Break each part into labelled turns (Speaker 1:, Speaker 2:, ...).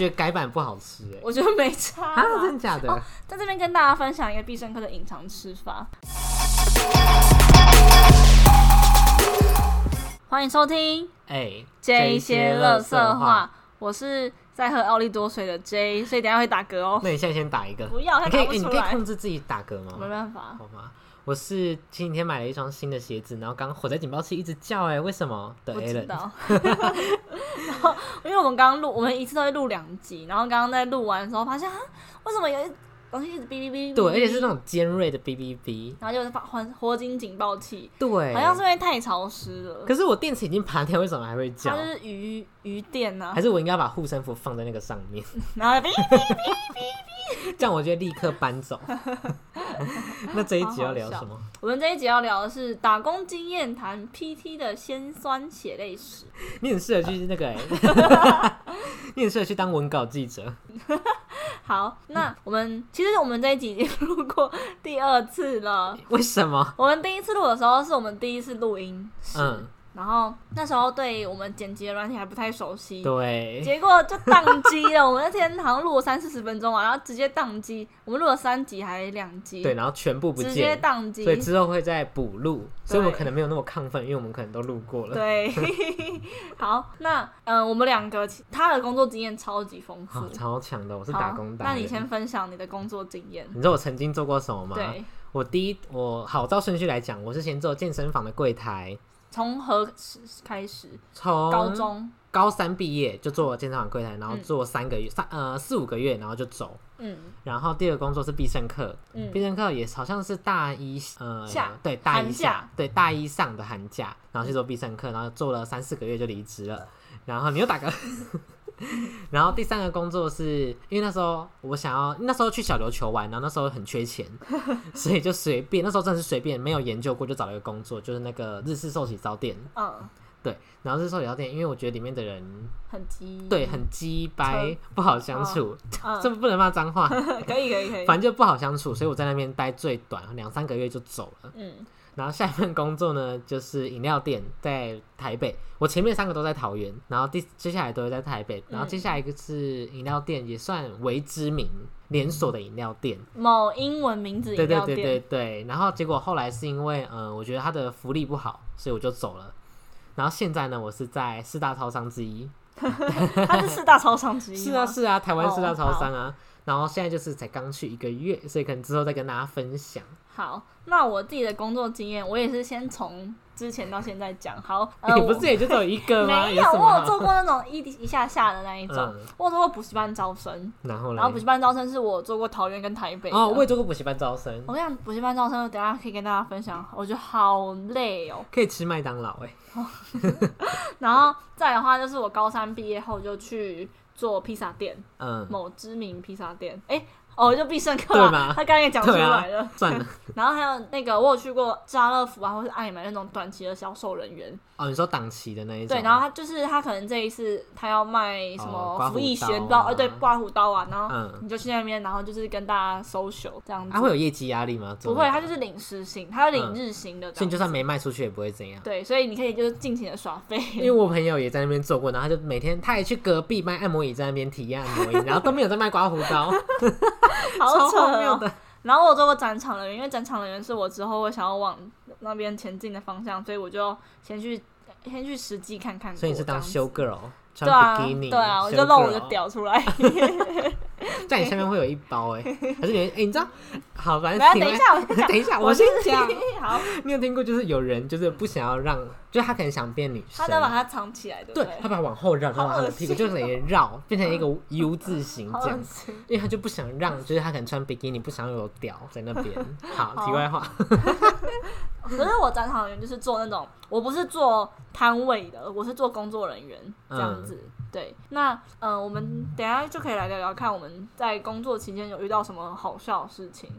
Speaker 1: 觉得改版不好吃哎、
Speaker 2: 我觉得没差啦。哦
Speaker 1: 啊，真的假的？
Speaker 2: 在这边跟大家分享一个必胜客的隐藏吃法。欢迎收听
Speaker 1: 哎、
Speaker 2: 这一些乐色
Speaker 1: 色
Speaker 2: 话，，我是在喝奥利多水的 J，所以等一下会打嗝哦。
Speaker 1: 那你现在先打一个，
Speaker 2: 不要
Speaker 1: 你
Speaker 2: 他
Speaker 1: 可以、
Speaker 2: 打不
Speaker 1: 哎你
Speaker 2: 出
Speaker 1: 可以
Speaker 2: 来
Speaker 1: 控制自己打嗝
Speaker 2: 没
Speaker 1: 吗？
Speaker 2: 办法，
Speaker 1: 好吗？我是前几天买了一双新的鞋子，然后刚火灾警报器一直叫哎、为什么的
Speaker 2: 我
Speaker 1: a
Speaker 2: 知
Speaker 1: l
Speaker 2: 道。 然后，因为我们刚刚录，我们一次都会录两集，然后刚刚在录完的时候发现，啊，为什么有一东西一直哔哔哔哔？
Speaker 1: 对，而且是那种尖锐的哔哔哔，
Speaker 2: 然后就是发火火警警报器，
Speaker 1: 对，
Speaker 2: 好像是因为太潮湿了，
Speaker 1: 可是我电池已经拔掉，为什么还会叫
Speaker 2: 它就？是余余电呐、
Speaker 1: 还是我应该把护身符放在那个上面，
Speaker 2: 然后哔
Speaker 1: 这样我就立刻搬 走。 那这一集要聊
Speaker 2: 好好笑
Speaker 1: 什么？
Speaker 2: 我们这一集要聊的是打工经验谈 PT 的辛酸血泪史。
Speaker 1: 你很适合去那个、欸， 你很适合去当文稿记者。
Speaker 2: 好，那我们其实我们这一集已经录过第二次了。
Speaker 1: 为什么？
Speaker 2: 我们第一次录的时候是我们第一次录音室，
Speaker 1: 嗯，
Speaker 2: 然后那时候对我们剪辑的软体还不太熟悉，
Speaker 1: 对，
Speaker 2: 结果就宕机了。我们那天好像录了三四十分钟啊，然后直接宕机。我们录了三集还是两集？
Speaker 1: 对，，然后全部不
Speaker 2: 直接
Speaker 1: 见，
Speaker 2: 宕
Speaker 1: 所以
Speaker 2: 机。
Speaker 1: 之后会再补录，所以我们
Speaker 2: 对
Speaker 1: 可能没有那么亢奋，因为我们可能都录过 了。
Speaker 2: 对， 好，那嗯、呃我们两个其他的工作经验超级丰富
Speaker 1: 好，，啊超强的，我是
Speaker 2: 好
Speaker 1: 打工达
Speaker 2: 那
Speaker 1: 人。
Speaker 2: 你先分享你的工作经验。
Speaker 1: 你知道我曾经做过什么吗？
Speaker 2: 对，
Speaker 1: 我第一，我好照顺序来讲，我是先做健身房的柜台，
Speaker 2: 从何时开始？
Speaker 1: 从
Speaker 2: 高中，
Speaker 1: 高三毕业就做健身房柜台，然后
Speaker 2: 嗯
Speaker 1: 做三个月、三呃四五个月，然后就走。
Speaker 2: 嗯
Speaker 1: 然后第二个工作是必胜客，
Speaker 2: 嗯
Speaker 1: 必胜客也好像是大一呃
Speaker 2: 下
Speaker 1: 对大一
Speaker 2: 寒
Speaker 1: 下
Speaker 2: 假
Speaker 1: 对大一上的寒假，然后去做必胜客，然后做了三四个月就离职了。
Speaker 2: 嗯
Speaker 1: 然后你又打个， 然后第三个工作是因为那时候我想要那时候去小琉球玩，然后那时候很缺 钱，所以就随便那时候真的是随便没有研究过就找了一个工作，就是那个日式寿喜烧店。
Speaker 2: 嗯，
Speaker 1: 对，然后日式寿喜烧店，因为我觉得里面的人
Speaker 2: 很急，
Speaker 1: 对很鸡掰，不好相处，
Speaker 2: 嗯，
Speaker 1: 这不能骂脏话。
Speaker 2: 可以可以可以，
Speaker 1: 反正就不好相处，所以我在那边待最短两三个月就走了。
Speaker 2: 嗯
Speaker 1: 然后下一份工作呢，就是饮料店，在台北。我前面三个都在桃园，然后第接下来都会在台北。然后接下来一个是饮料店，也算为知名连锁的饮料店。
Speaker 2: 某英文名字
Speaker 1: 对对
Speaker 2: 嗯饮料
Speaker 1: 对
Speaker 2: 店，
Speaker 1: 对 对。然后结果后来是因为，呃，我觉得它的福利不好，所以我就走了。然后现在呢，我是在四大超商之一。
Speaker 2: 它是四大超商之一
Speaker 1: 是
Speaker 2: 吗，
Speaker 1: 啊，是啊，台湾四大
Speaker 2: 哦
Speaker 1: 超
Speaker 2: 好
Speaker 1: 商啊。然后现在就是才刚去一个月，所以可能之后再跟大家分享。
Speaker 2: 好，那我自己的工作经验，我也是先从之前到现在讲。好，呃，
Speaker 1: 你不是也就只有一
Speaker 2: 我
Speaker 1: 个吗？
Speaker 2: 没
Speaker 1: 有
Speaker 2: 有，
Speaker 1: 什么
Speaker 2: 我
Speaker 1: 好
Speaker 2: 有做过那种一一下下的那一 种，
Speaker 1: 嗯
Speaker 2: 我有做过补习班招生，
Speaker 1: 然后嘞
Speaker 2: 然后补习班招生是我做过桃园跟台北的。
Speaker 1: 哦，我也做过补习班招生
Speaker 2: 我，跟你讲，补习班招生，等一下可以跟大家分享，我觉得好累哦。
Speaker 1: 可以吃麦当劳哎、
Speaker 2: 然后再来的话，就是我高三毕业后就去做披萨店，
Speaker 1: 嗯，
Speaker 2: 某知名披萨店，哎、哦，就必胜客
Speaker 1: 对
Speaker 2: 啦
Speaker 1: 嘛，
Speaker 2: 他刚刚也讲出
Speaker 1: 对
Speaker 2: 来了。
Speaker 1: 啊，算了。
Speaker 2: 然后还有那个，我有去过家乐福啊，或是爱买那种短期的销售人员，
Speaker 1: 哦，你说档期的那一种，
Speaker 2: 对，然后他就是他可能这一次他要卖什
Speaker 1: 哦
Speaker 2: 么
Speaker 1: 刮
Speaker 2: 福
Speaker 1: 胡
Speaker 2: 利悬
Speaker 1: 刀
Speaker 2: 刀，
Speaker 1: 啊
Speaker 2: 呃，对，刮胡刀啊，然后
Speaker 1: 嗯，啊
Speaker 2: 你就去那边，然后就是跟大家 social 这样子。
Speaker 1: 他、会有业绩压力吗？
Speaker 2: 不
Speaker 1: 做
Speaker 2: 会，啊
Speaker 1: 那
Speaker 2: 他
Speaker 1: 个
Speaker 2: 就是领时薪，他要领
Speaker 1: 嗯
Speaker 2: 日薪的这
Speaker 1: 所以你就
Speaker 2: 样。
Speaker 1: 算没卖出去也不会怎样。
Speaker 2: 对，所以你可以就是尽情的耍 废。
Speaker 1: 因为我朋友也在那边做过，然后他就每天他也去隔壁卖按摩椅，在那边体验按摩椅，然后都没有在卖刮胡刀，
Speaker 2: 好扯
Speaker 1: 超荒谬
Speaker 2: 哦。
Speaker 1: 的。
Speaker 2: 然后我有做过展场人员，因为展场人员是我之后会想要往那边前进的方向，所以我就先去先去实际看看过。
Speaker 1: 所以你是当
Speaker 2: 这样子
Speaker 1: show girl，
Speaker 2: 对啊
Speaker 1: 穿比基尼，
Speaker 2: 对啊，我
Speaker 1: show
Speaker 2: 就露我
Speaker 1: girl
Speaker 2: 的屌出 来。
Speaker 1: 在你下面会有一包 哎、还是你哎、你知道？好，反
Speaker 2: 没
Speaker 1: 正题
Speaker 2: 有，等
Speaker 1: 外
Speaker 2: 一下，我跟你 讲，
Speaker 1: 等一下，我先
Speaker 2: 是
Speaker 1: 讲。。
Speaker 2: 好，
Speaker 1: 你有听过，就是有人就是不想要让，就是他可能想变女生
Speaker 2: 他，在把它藏起来，对不
Speaker 1: 对他把它往后绕，然后
Speaker 2: 好
Speaker 1: 往他的
Speaker 2: 恶
Speaker 1: 屁股
Speaker 2: 心
Speaker 1: 就是等于绕，变成一个 U 字形
Speaker 2: 好
Speaker 1: 这
Speaker 2: 恶
Speaker 1: 样。
Speaker 2: 心。
Speaker 1: 因为他就不想让，就是他可能穿比基尼，不想有屌在那边。好，题外话，
Speaker 2: 可是我展场人员就是做那种，我不是做摊位的，我是做工作人员这样子。对，那嗯、呃我们等一下就可以来聊聊看我们在工作期间有遇到什么好笑的事情。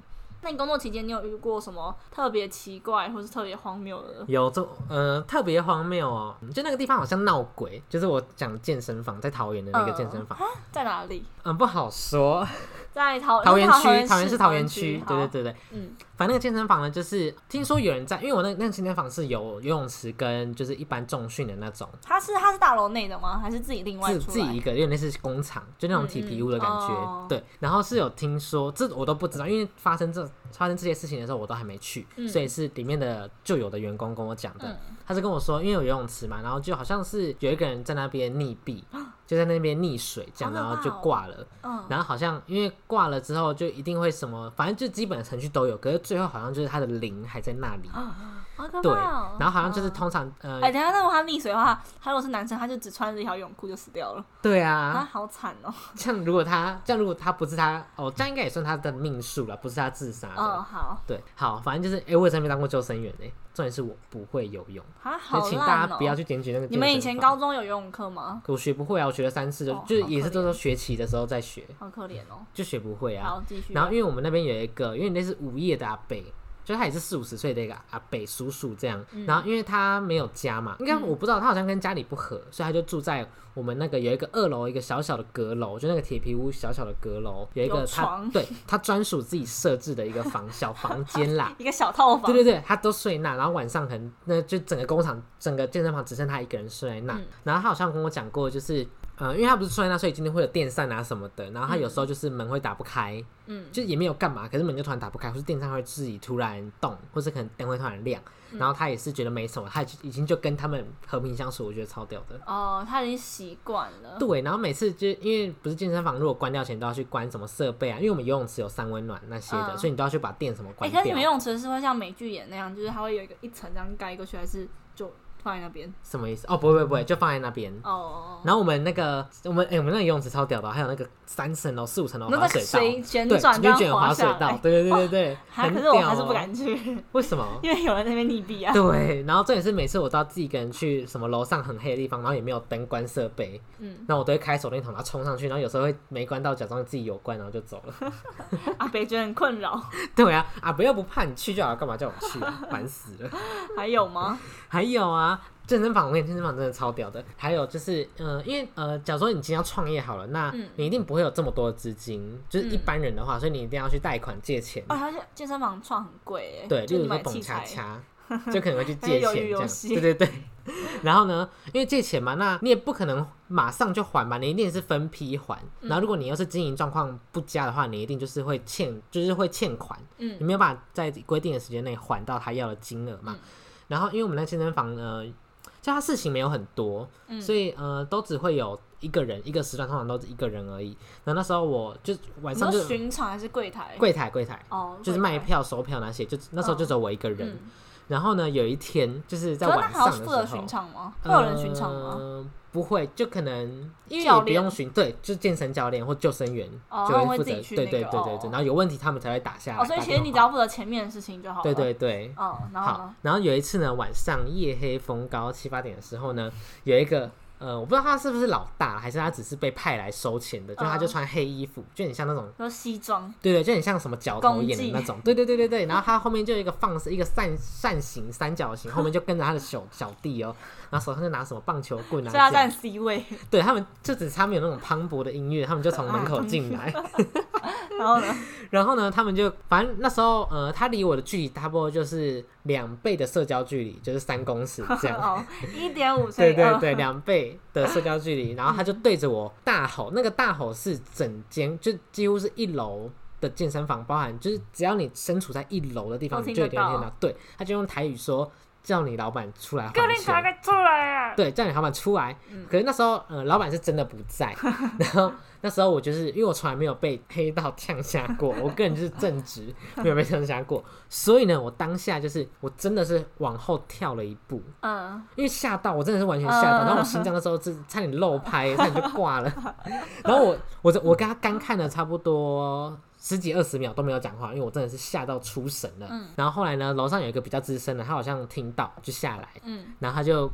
Speaker 2: 那你工作期间你有遇过什么特别奇怪或是特别荒谬的？
Speaker 1: 有这呃特别荒谬哦，就那个地方好像闹鬼，就是我讲健身房在桃园的那个健身房，
Speaker 2: 在哪里？
Speaker 1: 嗯，不好说。
Speaker 2: 在桃
Speaker 1: 桃园
Speaker 2: 哦
Speaker 1: 区，
Speaker 2: 是桃
Speaker 1: 桃园是桃园区，对对，
Speaker 2: 好
Speaker 1: 对对。
Speaker 2: 嗯
Speaker 1: 反正那个健身房呢，就是听说有人在，因为我那那个健身房是有游泳池跟就是一般重训的那种，
Speaker 2: 它是它是大楼内的吗？还是自己另外
Speaker 1: 自
Speaker 2: 出
Speaker 1: 自己
Speaker 2: 来？
Speaker 1: 一个，有点类似工厂，就那种体皮屋的感觉。
Speaker 2: 嗯嗯哦
Speaker 1: 对，然后是有听说，这我都不知道，因为发生这发生这些事情的时候，我都还没去，
Speaker 2: 嗯
Speaker 1: 所以是里面的就有的员工跟我讲的。
Speaker 2: 嗯
Speaker 1: 他是跟我说，因为有游泳池嘛，然后就好像是有一个人在那边溺毙，就在那边溺水这样，
Speaker 2: 啊好可
Speaker 1: 然
Speaker 2: 怕
Speaker 1: 后就
Speaker 2: 哦
Speaker 1: 挂了。
Speaker 2: 嗯，
Speaker 1: 然后好像因为挂了之后，就一定会什么，反正就基本的程序都有，可是最后好像就是他的灵还在那里。
Speaker 2: 啊好可怕
Speaker 1: 对，
Speaker 2: 哦
Speaker 1: 然后好像就是
Speaker 2: 嗯
Speaker 1: 通常呃
Speaker 2: 哎、，等一下，那如果他溺水的话，他如果是男生，他就只穿着一条泳裤就死掉了，
Speaker 1: 对
Speaker 2: 那、
Speaker 1: 啊，
Speaker 2: 好惨哦、
Speaker 1: 像如果他这样，如果他不是他哦，这样应该也算他的命数了，不是他自杀
Speaker 2: 嗯，
Speaker 1: 的。
Speaker 2: 好，
Speaker 1: 对，好，反正就是哎，我也曾经当过救生员哎，
Speaker 2: 哦
Speaker 1: 重点是我不会游泳，
Speaker 2: 啊，
Speaker 1: 所以
Speaker 2: 好
Speaker 1: 请大
Speaker 2: 烂哦、
Speaker 1: 家不要去检举那个。
Speaker 2: 你们以前高，中有游泳课吗？
Speaker 1: 我学不会啊，我学了三次，就
Speaker 2: 哦
Speaker 1: 就是
Speaker 2: 好
Speaker 1: 也
Speaker 2: 可
Speaker 1: 是都
Speaker 2: 怜
Speaker 1: 说学期的时候在学，
Speaker 2: 好可怜哦、
Speaker 1: 就学不会啊。
Speaker 2: 好，继续。
Speaker 1: 然后因为我们那边有一个，因为那是午夜的阿北，就他也是四五十岁的一个阿北叔叔这样。
Speaker 2: 嗯
Speaker 1: 然后因为他没有家嘛，应该我不知道，他好像跟家里不和，所以他就住在我们那个有一个二楼一个小小的阁楼，就那个铁皮屋小小的阁楼，有一个他
Speaker 2: 有床
Speaker 1: 对他专属自己设置的一个房小房间 啦。
Speaker 2: 一个小套房，
Speaker 1: 对对对，他都睡那，然后晚上可能那就整个工厂、整个健身房只剩他一个人睡在那。
Speaker 2: 嗯
Speaker 1: 然后他好像跟我讲过，就是呃，因为他不是睡在那，所以今天会有电扇啊什么的。然后他有时候就是门会打不开，
Speaker 2: 嗯，
Speaker 1: 就也没有干嘛，可是门就突然打不开，或是电扇会自己突然动，或是可能灯会突然亮，
Speaker 2: 嗯
Speaker 1: 然后他也是觉得没什么，他已经就跟他们和平相处，我觉得超屌的。
Speaker 2: 哦，他已经习惯了，
Speaker 1: 对，然后每次就因为不是健身房，如果关掉前都要去关什么设备啊，因为我们游泳池有三温暖那些的，
Speaker 2: 嗯
Speaker 1: 所以你都要去把电什么
Speaker 2: 哎、
Speaker 1: 关
Speaker 2: 可是你
Speaker 1: 掉
Speaker 2: 们。游泳池是会像美剧演那样，就是它会有一个一层这样盖过去，还是就放在那边？
Speaker 1: 什么意思？哦，不会不会不会，就放在那边。
Speaker 2: 哦，
Speaker 1: 然后我们那个我们哎、我们那个游泳池超屌的，还有那个三层楼、四五层楼
Speaker 2: 那
Speaker 1: 哦滑
Speaker 2: 个
Speaker 1: 水
Speaker 2: 水
Speaker 1: 道，
Speaker 2: 旋
Speaker 1: 对，
Speaker 2: 转这
Speaker 1: 就
Speaker 2: 样
Speaker 1: 卷滑
Speaker 2: 滑
Speaker 1: 水
Speaker 2: 下
Speaker 1: 道
Speaker 2: 来，，
Speaker 1: 对对对对
Speaker 2: 还
Speaker 1: 对，
Speaker 2: 可
Speaker 1: 很
Speaker 2: 是我
Speaker 1: 屌
Speaker 2: 还是不
Speaker 1: 哦
Speaker 2: 敢去，
Speaker 1: 为什么？
Speaker 2: 因为有人在那边溺毙 啊。
Speaker 1: 对，然后这也是每次我都要自己一个人去什么楼上很黑的地方，然后也没有灯关设备，
Speaker 2: 嗯，
Speaker 1: 那我都会开手电筒，然后冲上去，然后有时候会没关到，假装自己有关，然后就走了。
Speaker 2: 阿北觉得很困扰。
Speaker 1: 对啊，啊不要不怕，你去就好，干嘛叫我去啊？烦死了。
Speaker 2: 还有吗？
Speaker 1: 还有啊，健身房，我跟你健身房真的超屌的。还有就是，呃，因为呃，假如说你今天要创业好了，那
Speaker 2: 嗯
Speaker 1: 你一定不会有这么多的资金，就是一
Speaker 2: 嗯
Speaker 1: 般人的话，所以你一定要去贷款借钱。
Speaker 2: 哦，而且健身房创很贵耶，
Speaker 1: 对，例
Speaker 2: 哎就
Speaker 1: 如
Speaker 2: 是
Speaker 1: 说
Speaker 2: 买
Speaker 1: 蹦
Speaker 2: 器
Speaker 1: 恰
Speaker 2: 材，
Speaker 1: 恰，就可能会去
Speaker 2: 还有
Speaker 1: 借钱
Speaker 2: 鱿鱼
Speaker 1: 这
Speaker 2: 游
Speaker 1: 样，
Speaker 2: 戏
Speaker 1: 对对 对。然后呢，因为借钱嘛，那你也不可能马上就还嘛，你一定是分批还。
Speaker 2: 嗯
Speaker 1: 然后如果你要是经营状况不佳的话，你一定就是会欠，就是会欠款，你
Speaker 2: 嗯，
Speaker 1: 没有办法在规定的时间内还到他要的金额嘛。
Speaker 2: 嗯
Speaker 1: 然后因为我们那健身房呢，就他事情没有很多，
Speaker 2: 嗯
Speaker 1: 所以呃都只会有一个人一个时段，通常都是一个人而已。然后那时候我就晚
Speaker 2: 你
Speaker 1: 上
Speaker 2: 说
Speaker 1: 就
Speaker 2: 巡场还是柜台？
Speaker 1: 柜台柜台。
Speaker 2: 哦，
Speaker 1: 就是
Speaker 2: 柜台
Speaker 1: 卖。票、收票那些，就那时候就只有我一个人。
Speaker 2: 嗯，
Speaker 1: 然后呢，有一天就是在
Speaker 2: 可是那
Speaker 1: 晚
Speaker 2: 还要
Speaker 1: 上的
Speaker 2: 负责
Speaker 1: 时
Speaker 2: 巡
Speaker 1: 候，
Speaker 2: 场吗？会有人巡场吗？
Speaker 1: 呃不会，就可能因为
Speaker 2: 教
Speaker 1: 也不用
Speaker 2: 练
Speaker 1: 巡，对，就是健身教练或救生员
Speaker 2: 哦
Speaker 1: 就
Speaker 2: 他们
Speaker 1: 会
Speaker 2: 会
Speaker 1: 负
Speaker 2: 自
Speaker 1: 责，
Speaker 2: 己去
Speaker 1: 对
Speaker 2: 那
Speaker 1: 对对
Speaker 2: 个
Speaker 1: 对对。
Speaker 2: 哦
Speaker 1: 然后有问题他们才会打下来。
Speaker 2: 哦，所
Speaker 1: 啊
Speaker 2: 以
Speaker 1: 打
Speaker 2: 其
Speaker 1: 电
Speaker 2: 实你
Speaker 1: 话
Speaker 2: 只要负责前面的事情就好了。
Speaker 1: 对。对对。
Speaker 2: 哦，然后
Speaker 1: 好
Speaker 2: 呢？，
Speaker 1: 然后有一次呢，晚上夜黑风高七八点的时候呢，有一个呃，我不知道他是不是老大，还是他只是被派来收钱的，就他就
Speaker 2: 嗯
Speaker 1: 穿黑衣服，就很像那种
Speaker 2: 说西装，
Speaker 1: 对对，就很像什么角头
Speaker 2: 公
Speaker 1: 眼的
Speaker 2: 鸡
Speaker 1: 那种，对对对对对。然后他后面就有一个放一个扇扇形三角形，后面就跟着他的小小弟哦，然后手上就拿什么棒球棍啊这
Speaker 2: 所以他
Speaker 1: 样，
Speaker 2: 站 C 位，
Speaker 1: 对他们就只差没有那种磅礴的音乐，他们就从门口进来。
Speaker 2: 然后呢？
Speaker 1: 然后呢，他们就反正那时候呃，他离我的距离差不多就是两倍的社交距离，就是三公尺 这样。
Speaker 2: 哦，一点五
Speaker 1: 对
Speaker 2: 岁，
Speaker 1: 对
Speaker 2: 嗯
Speaker 1: 对，两倍的社交距离，然后他就对着我大吼，那个大吼是整间就几乎是一楼的健身房，包含就是只要你身处在一楼的地方，
Speaker 2: 都
Speaker 1: 你
Speaker 2: 听
Speaker 1: 就一
Speaker 2: 得
Speaker 1: 定会听
Speaker 2: 到
Speaker 1: 到。对，他就用台语说叫你老板出来还
Speaker 2: 哥你打
Speaker 1: 钱，
Speaker 2: 嗯个出来啊！
Speaker 1: 对，叫你老板出来。可是那时候呃，老板是真的不在，然 后那时候我就是因为我从来没有被黑道呛下过， 我个人就是正直，没有被呛下过，所以呢，我当下就是我真的是往后跳了一步。
Speaker 2: 嗯，
Speaker 1: 因为吓到我，真的是完全吓到，
Speaker 2: 嗯
Speaker 1: 然后我心脏那时候是差点漏拍，差点就挂了。 然后我我我跟他干看了差不多十几二十秒都没有讲话，因为我真的是吓到出神了。
Speaker 2: 嗯
Speaker 1: 然后后来呢，楼上有一个比较资深的，他好像听到就下来，
Speaker 2: 嗯
Speaker 1: 然后他就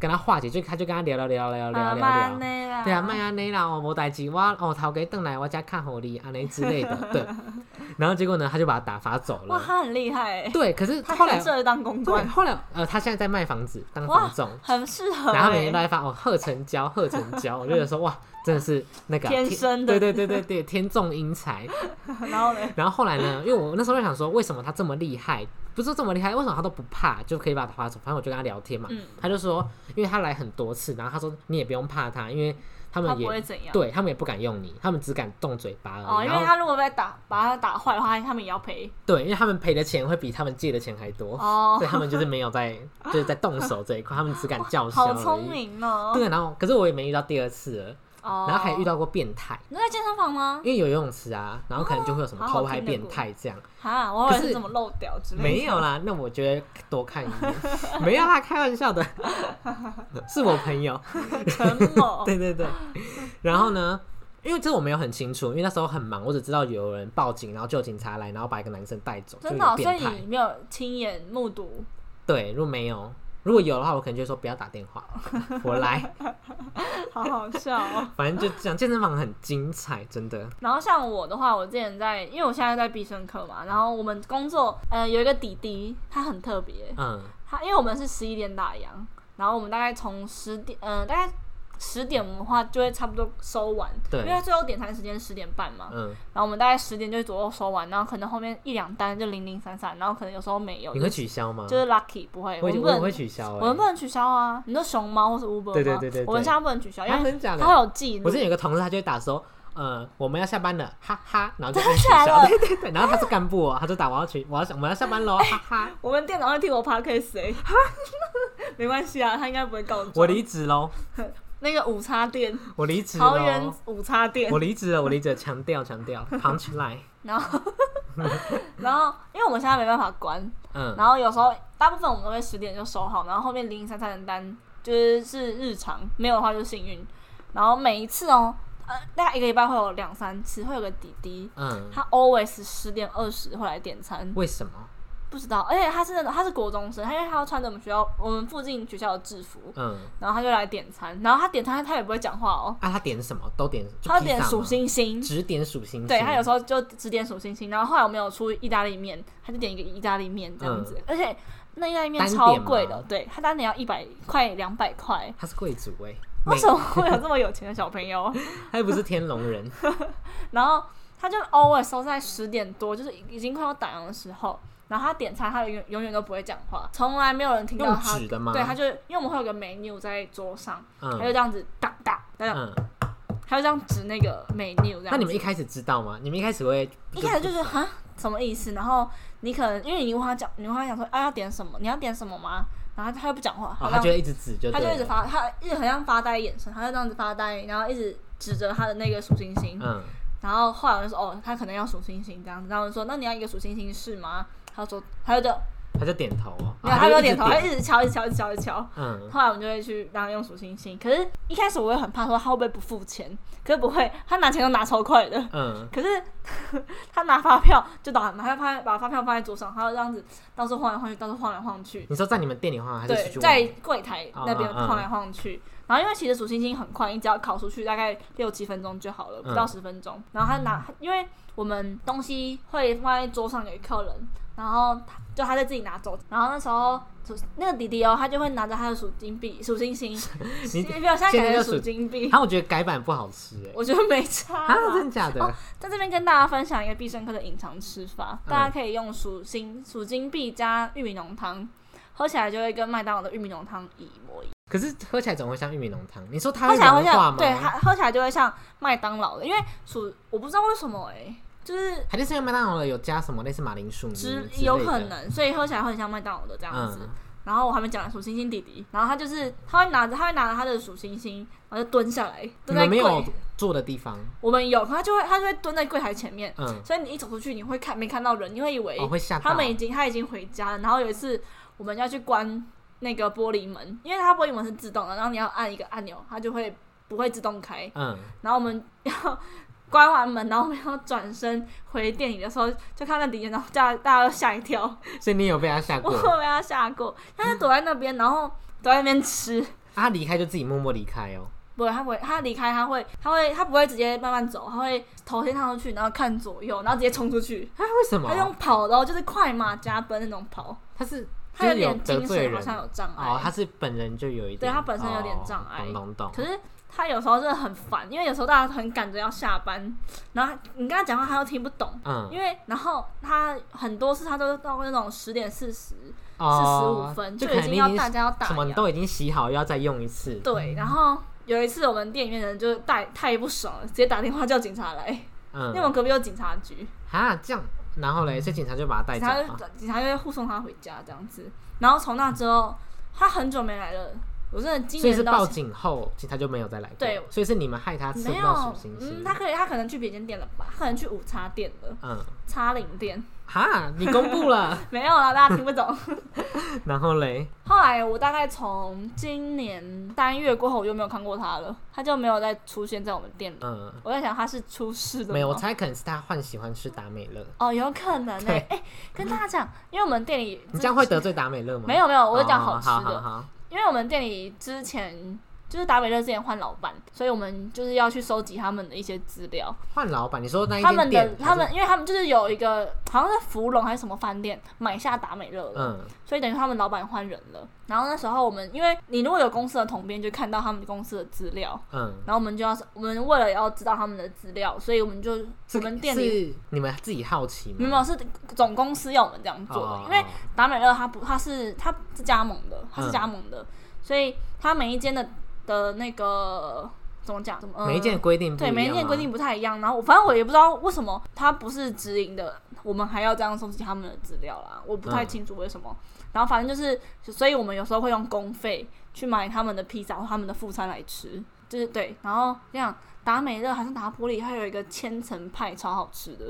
Speaker 1: 跟他化解，就他就跟他聊聊聊聊聊聊啊
Speaker 2: 慢
Speaker 1: 聊。
Speaker 2: 啊呢啦，
Speaker 1: 哦啊 对啊，麦安内啦，我无代志，我哦头家等来我家看好你，安尼之类的，对。然后结果呢，他就把他打发走
Speaker 2: 哇，
Speaker 1: 了。
Speaker 2: 他很厉害欸，
Speaker 1: 对，可是
Speaker 2: 他
Speaker 1: 后来
Speaker 2: 很适合当公
Speaker 1: 对，
Speaker 2: 关，
Speaker 1: 后来呃，他现在在卖房子当
Speaker 2: 哇
Speaker 1: 房仲，
Speaker 2: 很适合
Speaker 1: 然后每
Speaker 2: 欸
Speaker 1: 天都在发哦，贺成交，贺成交，我就觉得说哇，真的是那个啊
Speaker 2: 天生的
Speaker 1: 对对对对对，天纵英才。
Speaker 2: 然后呢，
Speaker 1: 然后后来呢，因为我那时候就想说，为什么他这么厉害？不是说这么厉害，为什么他都不怕就可以把他抓走？反正我就跟他聊天嘛，
Speaker 2: 嗯
Speaker 1: 他就说，因为他来很多次，然后他说你也不用怕他，因为他
Speaker 2: 他
Speaker 1: 们
Speaker 2: 不
Speaker 1: 也
Speaker 2: 会怎样。
Speaker 1: 对他们也不敢用你，他们只敢动嘴巴
Speaker 2: 哦，
Speaker 1: 而已。
Speaker 2: 因
Speaker 1: 然
Speaker 2: 为
Speaker 1: 后
Speaker 2: 他如果被打把他打坏的话，他们也要赔
Speaker 1: 对，因为他们赔的钱会比他们借的钱还多，
Speaker 2: 哦
Speaker 1: 所以。他们就是没有在就是在动手这一块，他们只敢叫嚣而
Speaker 2: 好
Speaker 1: 已。
Speaker 2: 聪明哦！
Speaker 1: 对，然后可是我也没遇到第二次了，
Speaker 2: 哦，
Speaker 1: 然后还遇到过变态，
Speaker 2: 你在健身房吗？
Speaker 1: 因为有游泳池啊，然后可能就会有什么
Speaker 2: 哦好
Speaker 1: 偷
Speaker 2: 好
Speaker 1: 拍
Speaker 2: 听的
Speaker 1: 变
Speaker 2: 故
Speaker 1: 态这样。
Speaker 2: 哈，我以为
Speaker 1: 可
Speaker 2: 是
Speaker 1: 是
Speaker 2: 怎么漏掉之类的。
Speaker 1: 没有啦，那我觉得多看一眼，没有啦，开玩笑 的，是我朋友，
Speaker 2: 陈 某
Speaker 1: 对对对。然后呢，因为这我没有很清楚，因为那时候很忙，我只知道有人报警，然后救警察来，然后把一个男生带走，就
Speaker 2: 真
Speaker 1: 有
Speaker 2: 的哦、所
Speaker 1: 变
Speaker 2: 以
Speaker 1: 态
Speaker 2: 你。没有亲眼目睹，
Speaker 1: 对，如果没有，如果有的话，我可能就会说不要打电话，我来。
Speaker 2: 好好 笑哦。
Speaker 1: 反正就这样，健身房很精彩，真的。
Speaker 2: 然后像我的话，我之前在，因为我现在在必胜客嘛，然后我们工作，呃，有一个弟弟，他很特别，
Speaker 1: 嗯
Speaker 2: 他因为我们是十一点打烊，然后我们大概从十点，呃，大概十点的话就会差不多收完，
Speaker 1: 对
Speaker 2: 因为他最后点餐时间十点半嘛，
Speaker 1: 嗯，
Speaker 2: 然后我们大概十点就左右收完，然后可能后面一两单就零零散散，然后可能有时候没有，
Speaker 1: 你会取消吗？
Speaker 2: 就是 lucky 不会，
Speaker 1: 我
Speaker 2: 们
Speaker 1: 会
Speaker 2: 不
Speaker 1: 我
Speaker 2: 能
Speaker 1: 会取消、欸。
Speaker 2: 我们不能取消啊！你说熊猫或是 Uber 吗？
Speaker 1: 对对对对对
Speaker 2: 我们现在不能取消，因
Speaker 1: 啊
Speaker 2: 为
Speaker 1: 真假的
Speaker 2: 它会有记录
Speaker 1: 我之。前有个同事，他就会打说，呃，我们要下班了，哈哈，然后就
Speaker 2: 真的
Speaker 1: 按取
Speaker 2: 假
Speaker 1: 消，
Speaker 2: 的
Speaker 1: 对对对，然后他是干部、哦，他就打我要取，我要我们要下班喽，哈哈，
Speaker 2: 我们店长会替我 p a r k 谁？ 没关系啊，他应该不会告状。
Speaker 1: 我离职喽，
Speaker 2: 那个午餐店，
Speaker 1: 我离职
Speaker 2: 桃园
Speaker 1: 喽，
Speaker 2: 午餐店
Speaker 1: 我，离职了，我离职了，强调强调，punch line，
Speaker 2: 然后 然后因为我们现在没办法关，
Speaker 1: 嗯
Speaker 2: 然后有时候大部分我们都会十点就收好，然后后面零零散散的单就是是日常，没有的话就是幸运。然后每一次哦，呃，大概一个礼拜会有两三次，会有个弟弟，
Speaker 1: 嗯，
Speaker 2: 他 always 十点二十会来点餐。
Speaker 1: 为什么？
Speaker 2: 不知道，而且他是那种他是国中生，他因为他要穿着我们学校我们附近学校的制服，
Speaker 1: 嗯，
Speaker 2: 然后他就来点餐，然后他点餐他也不会讲话哦，
Speaker 1: 啊，他点什么都点，就
Speaker 2: 他
Speaker 1: 披
Speaker 2: 点
Speaker 1: 萨
Speaker 2: 数
Speaker 1: 吗，
Speaker 2: 星星，
Speaker 1: 只点数星星，
Speaker 2: 对他有时
Speaker 1: 候
Speaker 2: 候就只点数星星，然后后来我们有出意大利面，他就点一个意大利面这样子，而且那意大利
Speaker 1: 嗯
Speaker 2: 面
Speaker 1: 单点
Speaker 2: 超贵的
Speaker 1: 吗，
Speaker 2: 对他单点要一百块两百块，
Speaker 1: 他是贵族哎、
Speaker 2: 为
Speaker 1: 没
Speaker 2: 什么会有这么有钱的小朋友？
Speaker 1: 他又不是天龙 人，
Speaker 2: 然后他就偶尔收在十点多，就是已经快要打烊的时候，然后他点餐，他永永远都不会讲话，从来没有人听到
Speaker 1: 用
Speaker 2: 他
Speaker 1: 纸的吗？
Speaker 2: 对，他就因为我们会有个 menu 在桌上，他就
Speaker 1: 嗯
Speaker 2: 这样子哒哒，他就
Speaker 1: 嗯，
Speaker 2: 他就这样指那个 menu 这样。
Speaker 1: 那你们一开始知道吗？你们一开始会
Speaker 2: 一开始就是哈什么意思？然后你可能因为你问他讲，你问他讲说啊要点什么？你要点什么吗？然后他他又不讲话，
Speaker 1: 哦，
Speaker 2: 这
Speaker 1: 他
Speaker 2: 样
Speaker 1: 就会一直指就
Speaker 2: 他
Speaker 1: 对了，
Speaker 2: 就一直发，他一直很像发呆眼神，他就这样子发呆，然后一直指着他的那个数星星。
Speaker 1: 嗯
Speaker 2: 然后后来我就说哦，他可能要数星星这样子。然后我就说那你要一个数星星是吗？他就说他就这样
Speaker 1: 他就点头哦，
Speaker 2: 没有，他没有
Speaker 1: 一直
Speaker 2: 点头，他一直敲，一直敲，一直敲，一直敲。
Speaker 1: 嗯，
Speaker 2: 后来我们就会去让他用数星星，可是一开始我也很怕说他会不会不付钱，可是不会，他拿钱都拿超快的。
Speaker 1: 嗯，
Speaker 2: 可是 他拿发票就打，他他把发票放在桌上，他就这样子到处晃来晃去，到处晃来晃去。
Speaker 1: 你说在你们店里晃还是出
Speaker 2: 对
Speaker 1: 去，
Speaker 2: 在
Speaker 1: 玩？
Speaker 2: 柜台那边
Speaker 1: 嗯嗯嗯
Speaker 2: 晃来晃去，然后因为其实数星星很快，你只要考出去大概六七分钟就好了，不到
Speaker 1: 嗯
Speaker 2: 十分钟。然后他拿，因为我们东西会放在桌上给客人，然后他就他在自己拿走。然后那时候数那个弟弟哦，他就会拿着他的数金币、数星星，
Speaker 1: 你
Speaker 2: 不要现在
Speaker 1: 现
Speaker 2: 改
Speaker 1: 在
Speaker 2: 成
Speaker 1: 就
Speaker 2: 数
Speaker 1: 数
Speaker 2: 金币
Speaker 1: 然，啊后我觉得改版不好吃 哎，
Speaker 2: 我觉得没差啦。
Speaker 1: 啊，真的假的
Speaker 2: 哦？在这边跟大家分享一个必胜客的隐藏吃法，
Speaker 1: 嗯
Speaker 2: 大家可以用数星数金币加玉米浓汤，喝起来就会跟麦当劳的玉米浓汤一模一样，
Speaker 1: 可是喝起来总会像玉米浓汤，你说它
Speaker 2: 喝
Speaker 1: 会
Speaker 2: 起来会
Speaker 1: 融化
Speaker 2: 哦像
Speaker 1: 吗？
Speaker 2: 对，它喝起来就会像麦当劳的，因为数我不知道为什么哎、就是
Speaker 1: 还是因为麦当劳的有加什么类似马铃薯泥之
Speaker 2: 只
Speaker 1: 类的
Speaker 2: 有可，能，所以喝起来会很像麦当劳的这样子。
Speaker 1: 嗯
Speaker 2: 然后我还没讲完数星星弟弟，然后他就是他会拿着他会拿着他的数星星，然后就蹲下来
Speaker 1: 你
Speaker 2: 蹲在
Speaker 1: 们没
Speaker 2: 柜，
Speaker 1: 有坐的地方，
Speaker 2: 我们有，他就会他就会蹲在柜台前面，
Speaker 1: 嗯，
Speaker 2: 所以你一走出去你会看没看到人，你会以为
Speaker 1: 哦会吓到
Speaker 2: 他，们已经他已经回家了。然后有一次我们要去关那个玻璃门，因为它玻璃门是自动的，然后你要按一个按钮，它就会不会自动开。
Speaker 1: 嗯，
Speaker 2: 然后我们要 关完门，然后我们要转身回店里的时候，就看到敌人，然后大家大家都吓一跳，
Speaker 1: 所以你有被他吓
Speaker 2: 我
Speaker 1: 过
Speaker 2: 有被他吓过。他就躲在那边，然后躲在那边吃。
Speaker 1: 啊？离开就自己默默离开哦，
Speaker 2: 不会，他不会，他离开他会，他会，他不会直接慢慢走，他会头先踏出去，然后看左右，然后直接冲出去。
Speaker 1: 啊，为什么
Speaker 2: 他？用跑的、哦，就是快马加鞭那种跑。
Speaker 1: 他是
Speaker 2: 他
Speaker 1: 就
Speaker 2: 有
Speaker 1: 是有
Speaker 2: 点
Speaker 1: 得
Speaker 2: 精
Speaker 1: 罪
Speaker 2: 神好
Speaker 1: 人
Speaker 2: 像有障碍。
Speaker 1: 哦，他是本人就有一点，
Speaker 2: 对他本身有点
Speaker 1: 哦
Speaker 2: 障碍
Speaker 1: 懂懂懂。
Speaker 2: 可是他有时候真的很烦，因为有时候大家很赶着要下班，然后他你跟他讲话他又听不懂，
Speaker 1: 嗯，
Speaker 2: 因为然后他很多事他都到那种十点四十、四十
Speaker 1: 哦
Speaker 2: 五分
Speaker 1: 就
Speaker 2: 就
Speaker 1: 可
Speaker 2: 已
Speaker 1: 能
Speaker 2: 经
Speaker 1: 你
Speaker 2: 要
Speaker 1: 已
Speaker 2: 大家要打
Speaker 1: 什么你
Speaker 2: 烊
Speaker 1: 都已经嗯洗好，又要再用一次。
Speaker 2: 对，然后有一次我们店里面的人就是太太不爽了，直接打电话叫警察来，因为我
Speaker 1: 嗯，
Speaker 2: 们隔壁有警察局，
Speaker 1: 啊，这样，然后嘞，所以警察就把他带
Speaker 2: 警
Speaker 1: 走啊
Speaker 2: 察
Speaker 1: 了嘛。
Speaker 2: 就警察就会护送他回家这样子。然后从那之后，他很久没来了，我真的今
Speaker 1: 所以是
Speaker 2: 年到
Speaker 1: 报
Speaker 2: 现
Speaker 1: 警后，警察就没有再来过。
Speaker 2: 对
Speaker 1: 所以是你们害他吃
Speaker 2: 没
Speaker 1: 不到
Speaker 2: 有
Speaker 1: 数星，星
Speaker 2: 嗯，。他可以他可能去别间店了吧，他可能去午茶店了，
Speaker 1: 嗯，
Speaker 2: 茶领店
Speaker 1: 哈，你公布了，
Speaker 2: 没有啦，大家听不懂。
Speaker 1: 然后嘞，
Speaker 2: 后来我大概从今年三月过后，我就没有看过他了，他就没有再出现在我们店里。
Speaker 1: 嗯，
Speaker 2: 我在想他是出事的吗，
Speaker 1: 没有，我猜可能是他换喜欢吃达美乐。
Speaker 2: 哦，有可能呢、
Speaker 1: 对
Speaker 2: 欸。哎、跟大家讲，因为我们店里
Speaker 1: 你这样会得罪达美乐吗？
Speaker 2: 没有没有，我
Speaker 1: 哦，
Speaker 2: 是讲好吃的，
Speaker 1: 好好
Speaker 2: 因为我们店里之前。就是达美乐之前换老板，所以我们就是要去收集他们的一些资料。
Speaker 1: 换老板，你说那一
Speaker 2: 他
Speaker 1: 间
Speaker 2: 们的
Speaker 1: 店
Speaker 2: 他
Speaker 1: 还
Speaker 2: 们，
Speaker 1: 是
Speaker 2: 因为他们就是有一个好像是芙蓉还是什么饭店买下达美乐了，
Speaker 1: 嗯
Speaker 2: 所以等于他们老板换人了。然后那时候我们，因为你如果有公司的统编，就看到他们公司的资料，
Speaker 1: 嗯，
Speaker 2: 然后我们就要我们为了要知道他们的资料，所以我们就我们店里
Speaker 1: 是你们自己好奇吗？哦
Speaker 2: 没有是总公司要我们这样做的，因为达美乐它不，它是它是加盟的，
Speaker 1: 嗯
Speaker 2: 它是加盟的，所以它每一间的的那个怎么讲？怎么、呃
Speaker 1: 每一件规定不一
Speaker 2: 对
Speaker 1: 样
Speaker 2: 每一件
Speaker 1: 啊
Speaker 2: 规定不太一样。然后我反正我也不知道为什么它不是直营的，我们还要这样收集他们的资料啦，我不太
Speaker 1: 嗯
Speaker 2: 清楚为什么。然后反正就是，所以我们有时候会用公费去买他们的披萨或他们的副餐来吃，就是对。然后这样达美乐还是拿玻璃，它有一个千层派超好吃的。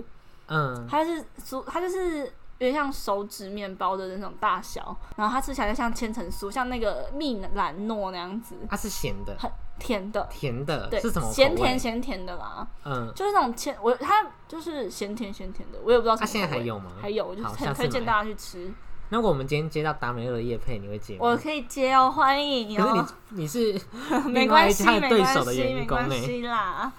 Speaker 1: 嗯，
Speaker 2: 它是酥，它就是有点像手指面包的那种大小，然后它吃起来就像千层酥，像那个蜜兰诺那样子，
Speaker 1: 它是咸的，
Speaker 2: 很甜的，
Speaker 1: 甜的，
Speaker 2: 对，
Speaker 1: 是什么口
Speaker 2: 咸
Speaker 1: 味
Speaker 2: 甜咸甜的啦，
Speaker 1: 嗯，
Speaker 2: 就是那种千我它就是咸甜咸甜的，我也不知道什
Speaker 1: 它
Speaker 2: 么。
Speaker 1: 现在还。有吗？
Speaker 2: 还有，我就是
Speaker 1: 好
Speaker 2: 很
Speaker 1: 下次
Speaker 2: 推荐
Speaker 1: 买
Speaker 2: 大家去吃。
Speaker 1: 那如果我们今天接到达美乐的叶配，你会接
Speaker 2: 我
Speaker 1: 吗？
Speaker 2: 可以接哦，欢迎
Speaker 1: 可
Speaker 2: 哦。
Speaker 1: 是你你 是
Speaker 2: 没
Speaker 1: 另外
Speaker 2: 关
Speaker 1: 一
Speaker 2: 系，
Speaker 1: 家的
Speaker 2: 没
Speaker 1: 对
Speaker 2: 关
Speaker 1: 手的
Speaker 2: 系，没
Speaker 1: 员工
Speaker 2: 关
Speaker 1: 哎，
Speaker 2: 系哦啦。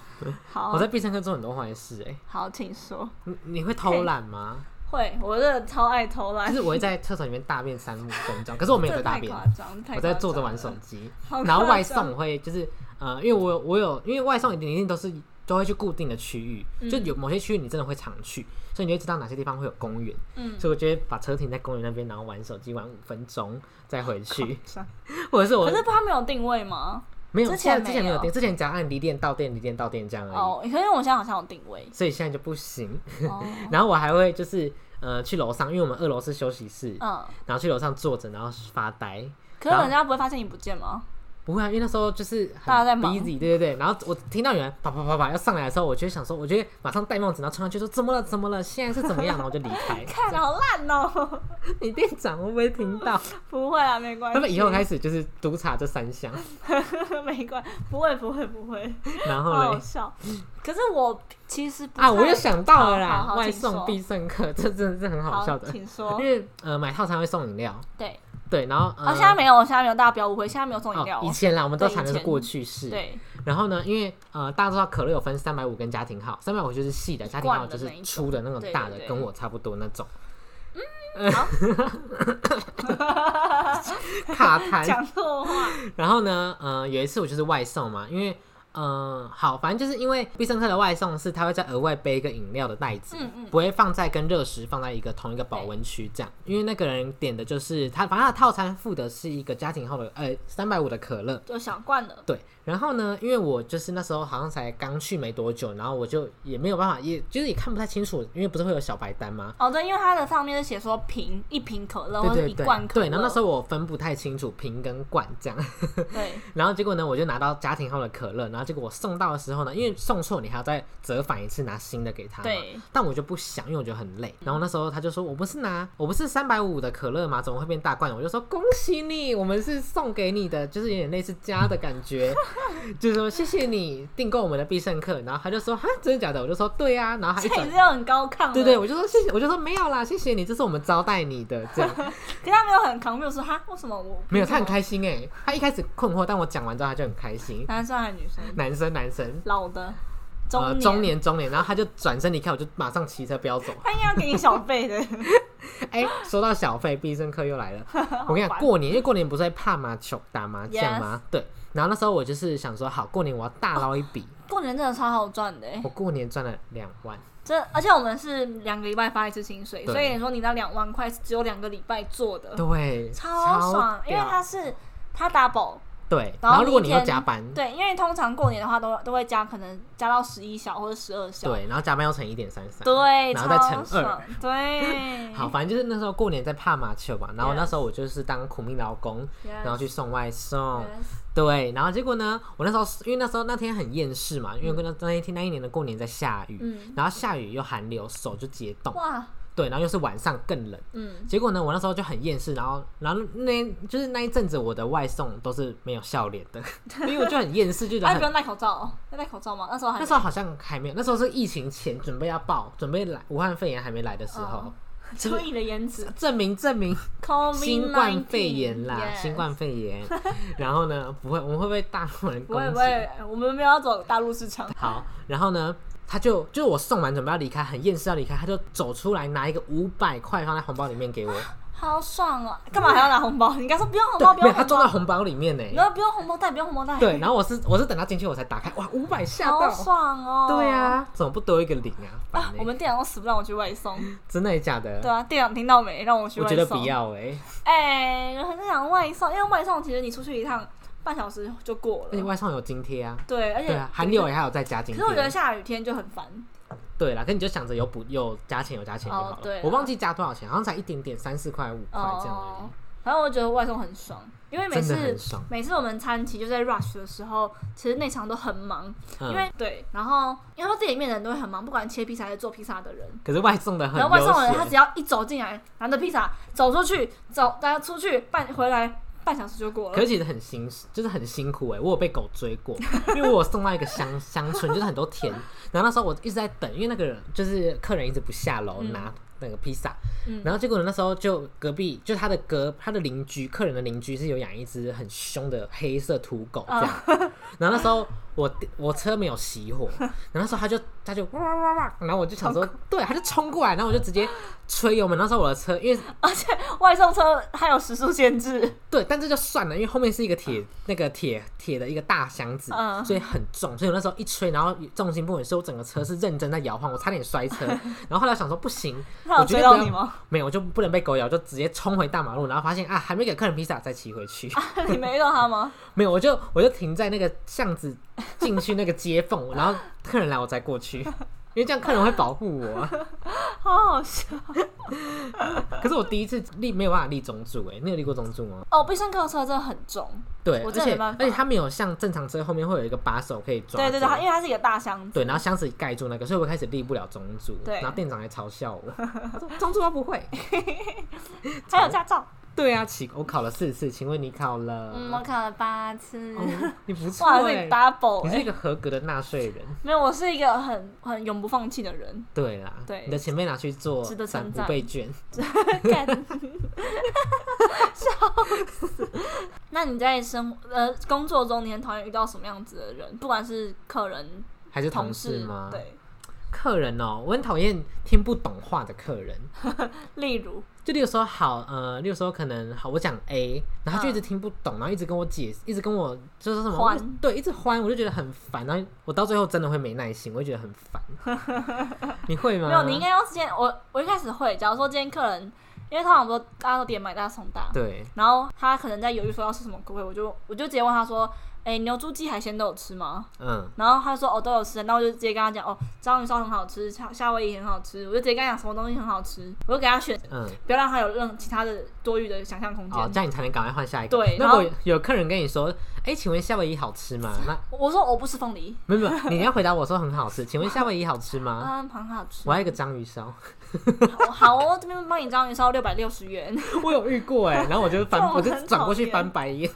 Speaker 2: 好
Speaker 1: 我，在必胜客做很多坏事哎，
Speaker 2: 好，请说。
Speaker 1: 你你会偷懒吗？
Speaker 2: 会，我真的超爱偷
Speaker 1: 就
Speaker 2: 懒，
Speaker 1: 是我会在厕所里面大便三 分钟这样，可是我没有
Speaker 2: 啊
Speaker 1: 在
Speaker 2: 这
Speaker 1: 大
Speaker 2: 太
Speaker 1: 便，
Speaker 2: 夸张，太
Speaker 1: 我在
Speaker 2: 夸
Speaker 1: 坐着
Speaker 2: 张
Speaker 1: 玩
Speaker 2: 了
Speaker 1: 手机，
Speaker 2: 好
Speaker 1: 然后
Speaker 2: 夸
Speaker 1: 外
Speaker 2: 张
Speaker 1: 送会就是呃，因为我有我有，因为外送一定一定都是都会去固定的区域，就有
Speaker 2: 嗯
Speaker 1: 某些区域你真的会常去，所以你就知道哪些地方会有公园，
Speaker 2: 嗯
Speaker 1: 所以我就会把车停在公园那边，然后玩手机玩五分钟再回去，
Speaker 2: 上
Speaker 1: 或者是我
Speaker 2: 可是他没有定位吗？
Speaker 1: 没有
Speaker 2: 之前
Speaker 1: 现在之前没
Speaker 2: 没有
Speaker 1: 有店，之前只要按离店到店离店到店这样而已，
Speaker 2: 哦，可是我现在好像有定位。
Speaker 1: 所以现在就不行。
Speaker 2: 哦，
Speaker 1: 然后我还会就是呃去楼上，因为我们二楼是休息室，
Speaker 2: 嗯，
Speaker 1: 然后去楼上坐着，然后发呆。
Speaker 2: 可是人家不会发现你不见吗？
Speaker 1: 不会啊，因为那时候就是很
Speaker 2: 大家在忙。
Speaker 1: busy，对对对。然后我听到有人啪啪啪啪要上来的时候，我就会想说，我就会马上戴帽子，然后穿上去说怎么了怎么了，现在是怎么样，然后我就离开
Speaker 2: 看，好烂哦！
Speaker 1: 你店长会不会听到？
Speaker 2: 不会啊，没关系。
Speaker 1: 那么以后开始就是督查这三项，
Speaker 2: 始 没关，不会，不会，不会，
Speaker 1: 然
Speaker 2: 好
Speaker 1: 后
Speaker 2: 好
Speaker 1: 嘞
Speaker 2: 笑。可是我其实不
Speaker 1: 啊，我
Speaker 2: 太
Speaker 1: 又想到了
Speaker 2: 哦好好
Speaker 1: 啦，
Speaker 2: 好
Speaker 1: 外
Speaker 2: 请
Speaker 1: 送
Speaker 2: 说
Speaker 1: 必胜客，这真的是很好笑的，
Speaker 2: 请说
Speaker 1: 因。为呃买套餐会送饮料，
Speaker 2: 对，
Speaker 1: 对，然后
Speaker 2: 哦，
Speaker 1: 呃
Speaker 2: 现在没有，现在没有，大家不要误会，现在没有送饮料
Speaker 1: 哦，以
Speaker 2: 哦。
Speaker 1: 前啦，我们都
Speaker 2: 对以
Speaker 1: 谈的是
Speaker 2: 前
Speaker 1: 过去式，
Speaker 2: 对，
Speaker 1: 然后呢，因为呃，大家都知道可乐有分三百五跟家庭号，三百五就是细的，家庭号就是粗的那种
Speaker 2: 对对
Speaker 1: 大的，
Speaker 2: 对嗯
Speaker 1: 跟我差不多那种。
Speaker 2: 好
Speaker 1: 卡痰。
Speaker 2: 讲错话。
Speaker 1: 然后呢，呃，有一次我就是外送嘛，因为嗯、呃好，反正就是因为必胜客的外送是它会再额外背一个饮料的袋子，
Speaker 2: 嗯嗯
Speaker 1: 不会放在跟热食放在一个同一个保温区这样。因为那个人点的就是他，反正他的套餐附的是一个家庭号的呃三百五的可乐，
Speaker 2: 就想惯了。
Speaker 1: 对，然后呢，因为我就是那时候好像才刚去没多久，然后我就也没有办法，也就是也看不太清楚，因为不是会有小白单吗？
Speaker 2: 哦，对，因为它的上面是写说瓶一瓶可乐
Speaker 1: 对
Speaker 2: 或者
Speaker 1: 对
Speaker 2: 哦一
Speaker 1: 对
Speaker 2: 罐，可乐。哦
Speaker 1: 对。然后那时候我分不太清楚瓶跟罐这样，
Speaker 2: 候对，
Speaker 1: 然后结果呢，我就拿到家庭号的可乐，然后结果我送到的时候呢，因为送错你还要再折返一次拿新的给他嘛，
Speaker 2: 对
Speaker 1: 但我就不想，因为我觉得很累。然后那时候他就说：“我不是拿，我不是三百五的可乐吗？怎么会变大罐？”我就说：“恭喜你，我们是送给你的，就是有点类似家的感觉。”就是说谢谢你订购我们的必胜客，然后他就说哈真的假的？我就说对啊，然后他一
Speaker 2: 哎这
Speaker 1: 转
Speaker 2: 也是要很高亢。欸
Speaker 1: 对对，，我就说谢谢，我就说没有啦，谢谢你，这是我们招待你的，这样
Speaker 2: 可他没有很 confused 说哈，为什么我
Speaker 1: 没有，他很，开心哎、他一开始困惑，但我讲完之后他就很开心。
Speaker 2: 男生还是女生？
Speaker 1: 男生，男生，
Speaker 2: 老的，中
Speaker 1: 呃，
Speaker 2: 年，
Speaker 1: 中年，中年，然后他就转身离开，我就马上骑车飙 走。
Speaker 2: 他应该要给你小费的。
Speaker 1: 哎、说到小费，必胜客又来了。我跟你讲，
Speaker 2: 好烦
Speaker 1: 过年因为过年不是会怕麻球打麻将吗对。然后那时候我就是想说，好，过年我要大捞一 笔。
Speaker 2: 过年真的超好赚的欸，
Speaker 1: 我过年赚了两万，
Speaker 2: 这而且我们是两个礼拜发一次薪水，
Speaker 1: 对
Speaker 2: 所以你说你那两万块是只有两个礼拜做的，
Speaker 1: 对，
Speaker 2: 哦超爽，因为
Speaker 1: 屌
Speaker 2: 它是它 double，
Speaker 1: 对。
Speaker 2: 然
Speaker 1: 然
Speaker 2: 后
Speaker 1: 后如果
Speaker 2: 你
Speaker 1: 你
Speaker 2: 一
Speaker 1: 要
Speaker 2: 天
Speaker 1: 加班，
Speaker 2: 对，因为通常过年的话都都会加，可能加到十一小或者十二小，
Speaker 1: 对，然后加班要乘一点三三。
Speaker 2: 对，
Speaker 1: 然后再乘
Speaker 2: 超爽，对，
Speaker 1: 好，反正就是那时候过年在帕马丘嘛，然后
Speaker 2: Yes
Speaker 1: 那时候我就是当苦命劳工
Speaker 2: Yes，
Speaker 1: 然后去哦送外送
Speaker 2: yes，
Speaker 1: 对，然后结果呢，我那时候因为那时候那天很厌世嘛，因为那那一天那一年的过年在下雨，
Speaker 2: 嗯
Speaker 1: 然后下雨又寒流，手就结冻，
Speaker 2: 哇，
Speaker 1: 对，然后又是晚上更冷，
Speaker 2: 嗯，
Speaker 1: 结果呢，我那时候就很厌世，然后然后那就是那一阵子我的外送都是没有笑脸的， 因为我就很厌世，就觉得
Speaker 2: 哎，不
Speaker 1: 很。
Speaker 2: 用戴口罩哦，要戴口罩吗？那时候还
Speaker 1: 那时候好像还没有，那时候是疫情前准备要爆，准备来武汉肺炎还没来的时候
Speaker 2: 哦，注意你的颜值
Speaker 1: 证明证明
Speaker 2: ，call me
Speaker 1: 新冠肺炎啦
Speaker 2: 19，yes
Speaker 1: 新冠肺炎。然后呢，不会，我们会不会大陆人
Speaker 2: 不
Speaker 1: 攻
Speaker 2: 会
Speaker 1: 击？
Speaker 2: 不会，我们没有要走大陆市场，
Speaker 1: 好，然后呢，他就就是我送完准备要离开，很厌世要离开，他就走出来拿一个五百块放在红包里面给我，
Speaker 2: 好爽哦！干嘛还要拿红包？你应该说不用红包，
Speaker 1: 对，
Speaker 2: 不
Speaker 1: 没有，
Speaker 2: 用
Speaker 1: 他
Speaker 2: 红
Speaker 1: 装在
Speaker 2: 包，
Speaker 1: 红包里面呢。
Speaker 2: 没有不用红包袋，不用红包袋，
Speaker 1: 对，，然后我是我是等他进去我才打开，哇，五百吓
Speaker 2: 好
Speaker 1: 到。
Speaker 2: 爽哦！
Speaker 1: 对。啊，怎么不多一个零啊？烦
Speaker 2: 啊
Speaker 1: 欸！
Speaker 2: 我们店长都死不让我去外送，
Speaker 1: 真的假的？
Speaker 2: 对啊，店长听到没？让我去
Speaker 1: 嗯我
Speaker 2: 外
Speaker 1: 觉
Speaker 2: 送。
Speaker 1: 得不。要哎，
Speaker 2: 哎、我很想外送，因为外送其实你出去一趟半小时就过
Speaker 1: 而且
Speaker 2: 了。
Speaker 1: 外送有津贴啊。
Speaker 2: 对，而且
Speaker 1: 对啊，韩流也还有再加津
Speaker 2: 可
Speaker 1: 贴。
Speaker 2: 是我觉得下雨天就很烦。
Speaker 1: 对啦，可你就想着有补有加钱有加钱就好了。
Speaker 2: 哦对啦
Speaker 1: 我忘记加多少钱，好像才一点点，三四块五块这样而
Speaker 2: 哦
Speaker 1: 已。，
Speaker 2: 反正我觉得外送很爽，因为每
Speaker 1: 真的
Speaker 2: 次
Speaker 1: 很爽
Speaker 2: 每次我们餐期就在 rush 的时候，其实内场都很忙，
Speaker 1: 嗯、
Speaker 2: 因为对，然后因为店里面的人都会很忙，不管切披萨还是做披萨的人。
Speaker 1: 可是外送的很
Speaker 2: 然
Speaker 1: 悠
Speaker 2: 后
Speaker 1: 闲，
Speaker 2: 外送的人，他只要一走进来，拿着披萨走出去，走，大家出去半回来半小时就过了。
Speaker 1: 可是其实很辛，就是很辛苦哎、我有被狗追过， 因为我送到一个乡 乡村，就是很多田，然后那时候我一直在等，因为那个人就是客人一直不下楼
Speaker 2: 嗯
Speaker 1: 拿那个披萨，
Speaker 2: 嗯
Speaker 1: 然后结果呢那时候就隔壁就他的隔他的邻居，客人的邻居是有养一只很凶的黑色土狗
Speaker 2: 哦
Speaker 1: 这样，然后那时候我我车没有熄 火，然后那时候他就他就哇哇哇哇，然后我就想说，对，他就冲过来，然后我就直接吹油门，那时候我的车因为
Speaker 2: 而且外送车还有时速限制，
Speaker 1: 对，但这就算了，因为后面是一个铁、那个铁铁的一个大箱子，
Speaker 2: 嗯
Speaker 1: 所以很重，所以我那时候一吹，然后重心不稳，所以我整个车是认真在摇晃，我差点摔 车。然后后来想说不行，
Speaker 2: 他
Speaker 1: 我
Speaker 2: 有
Speaker 1: 觉
Speaker 2: 追
Speaker 1: 得
Speaker 2: 到你吗？
Speaker 1: 没有，我就不能被狗咬，就直接冲回大马路，然后发现啊还没给客人披萨，再骑回去。
Speaker 2: 你没遇到他吗？
Speaker 1: 没有，我就我就停在那个巷子进去那个接缝，然后客人来我再过去，因为这样客人会保护我啊。
Speaker 2: 好好笑
Speaker 1: 可是我第一次立没有办法立中柱、欸，哎，你有立过中柱吗？
Speaker 2: 哦！必胜客车真的很重，
Speaker 1: 对，而
Speaker 2: 我真的
Speaker 1: 且
Speaker 2: 没办
Speaker 1: 而
Speaker 2: 法
Speaker 1: 且它没有像正常车后面会有一个把手可以抓
Speaker 2: 对
Speaker 1: 住，
Speaker 2: 对对，它因为它是一个大箱子，
Speaker 1: 啊对，然后箱子盖住那个，所以我开始立不了中柱。
Speaker 2: 对
Speaker 1: 然后店长还嘲笑我，他说中柱都不会。
Speaker 2: 还有驾照，
Speaker 1: 对啊，起我考了四次，请问你考了？
Speaker 2: 嗯，我考了八次，
Speaker 1: 哦你不错
Speaker 2: 哇，
Speaker 1: 欸
Speaker 2: 是 double，
Speaker 1: 你
Speaker 2: 欸
Speaker 1: 是一个合格的纳税人。
Speaker 2: 没有，我是一个很很永不放弃的人。
Speaker 1: 对啦，
Speaker 2: 对
Speaker 1: 你的钱被拿去做
Speaker 2: 值得称
Speaker 1: 散不
Speaker 2: 赞
Speaker 1: 被卷。
Speaker 2: 干 笑死！那你在生活呃工作中，你很讨厌遇到什么样子的人？不管是客人、
Speaker 1: 还是
Speaker 2: 同
Speaker 1: 同事吗？，
Speaker 2: 对，
Speaker 1: 客人哦，我很讨厌听不懂话的客人。
Speaker 2: 例如，
Speaker 1: 就例如说好，呃，例如说可能好，我讲 A，然后他就
Speaker 2: 嗯
Speaker 1: 一直听不懂，然后一直跟我解释，一直跟我就是什么
Speaker 2: 欢
Speaker 1: 我对，一直欢，我就觉得很烦。然后我到最后真的会没耐心，我会觉得很 烦。你会吗？
Speaker 2: 没有，你应该要先我我一开始会，假如说今天客人，因为通常都大家都点买大送大，
Speaker 1: 对
Speaker 2: 然后他可能在犹豫说要吃什么口味，我就我就直接问他说，哎、牛猪鸡海鲜都有吃吗？
Speaker 1: 嗯，
Speaker 2: 然后他就说哦都有吃，那我就直接跟他讲哦章鱼烧很好吃，夏夏威夷很好吃，我就直接跟他讲什么东西很好吃，我就给他选，
Speaker 1: 嗯，
Speaker 2: 不要让他有任其他的多余的想象空间。
Speaker 1: 哦，这样你才能赶快换下一个。
Speaker 2: 对
Speaker 1: 那
Speaker 2: 然后
Speaker 1: 我有客人跟你说，哎，请问夏威夷好吃吗？那
Speaker 2: 我说我不吃凤梨，
Speaker 1: 没有没有，你要回答我说很好 吃。请问夏威夷好吃吗？
Speaker 2: 嗯，很好吃。
Speaker 1: 我要一个章鱼烧，
Speaker 2: 好 好哦，这边帮你章鱼烧六百六十元。
Speaker 1: 我有遇过哎、 然后我就翻，
Speaker 2: 欸这种
Speaker 1: 我就
Speaker 2: 很
Speaker 1: 转过
Speaker 2: 讨
Speaker 1: 去
Speaker 2: 厌
Speaker 1: 翻白眼。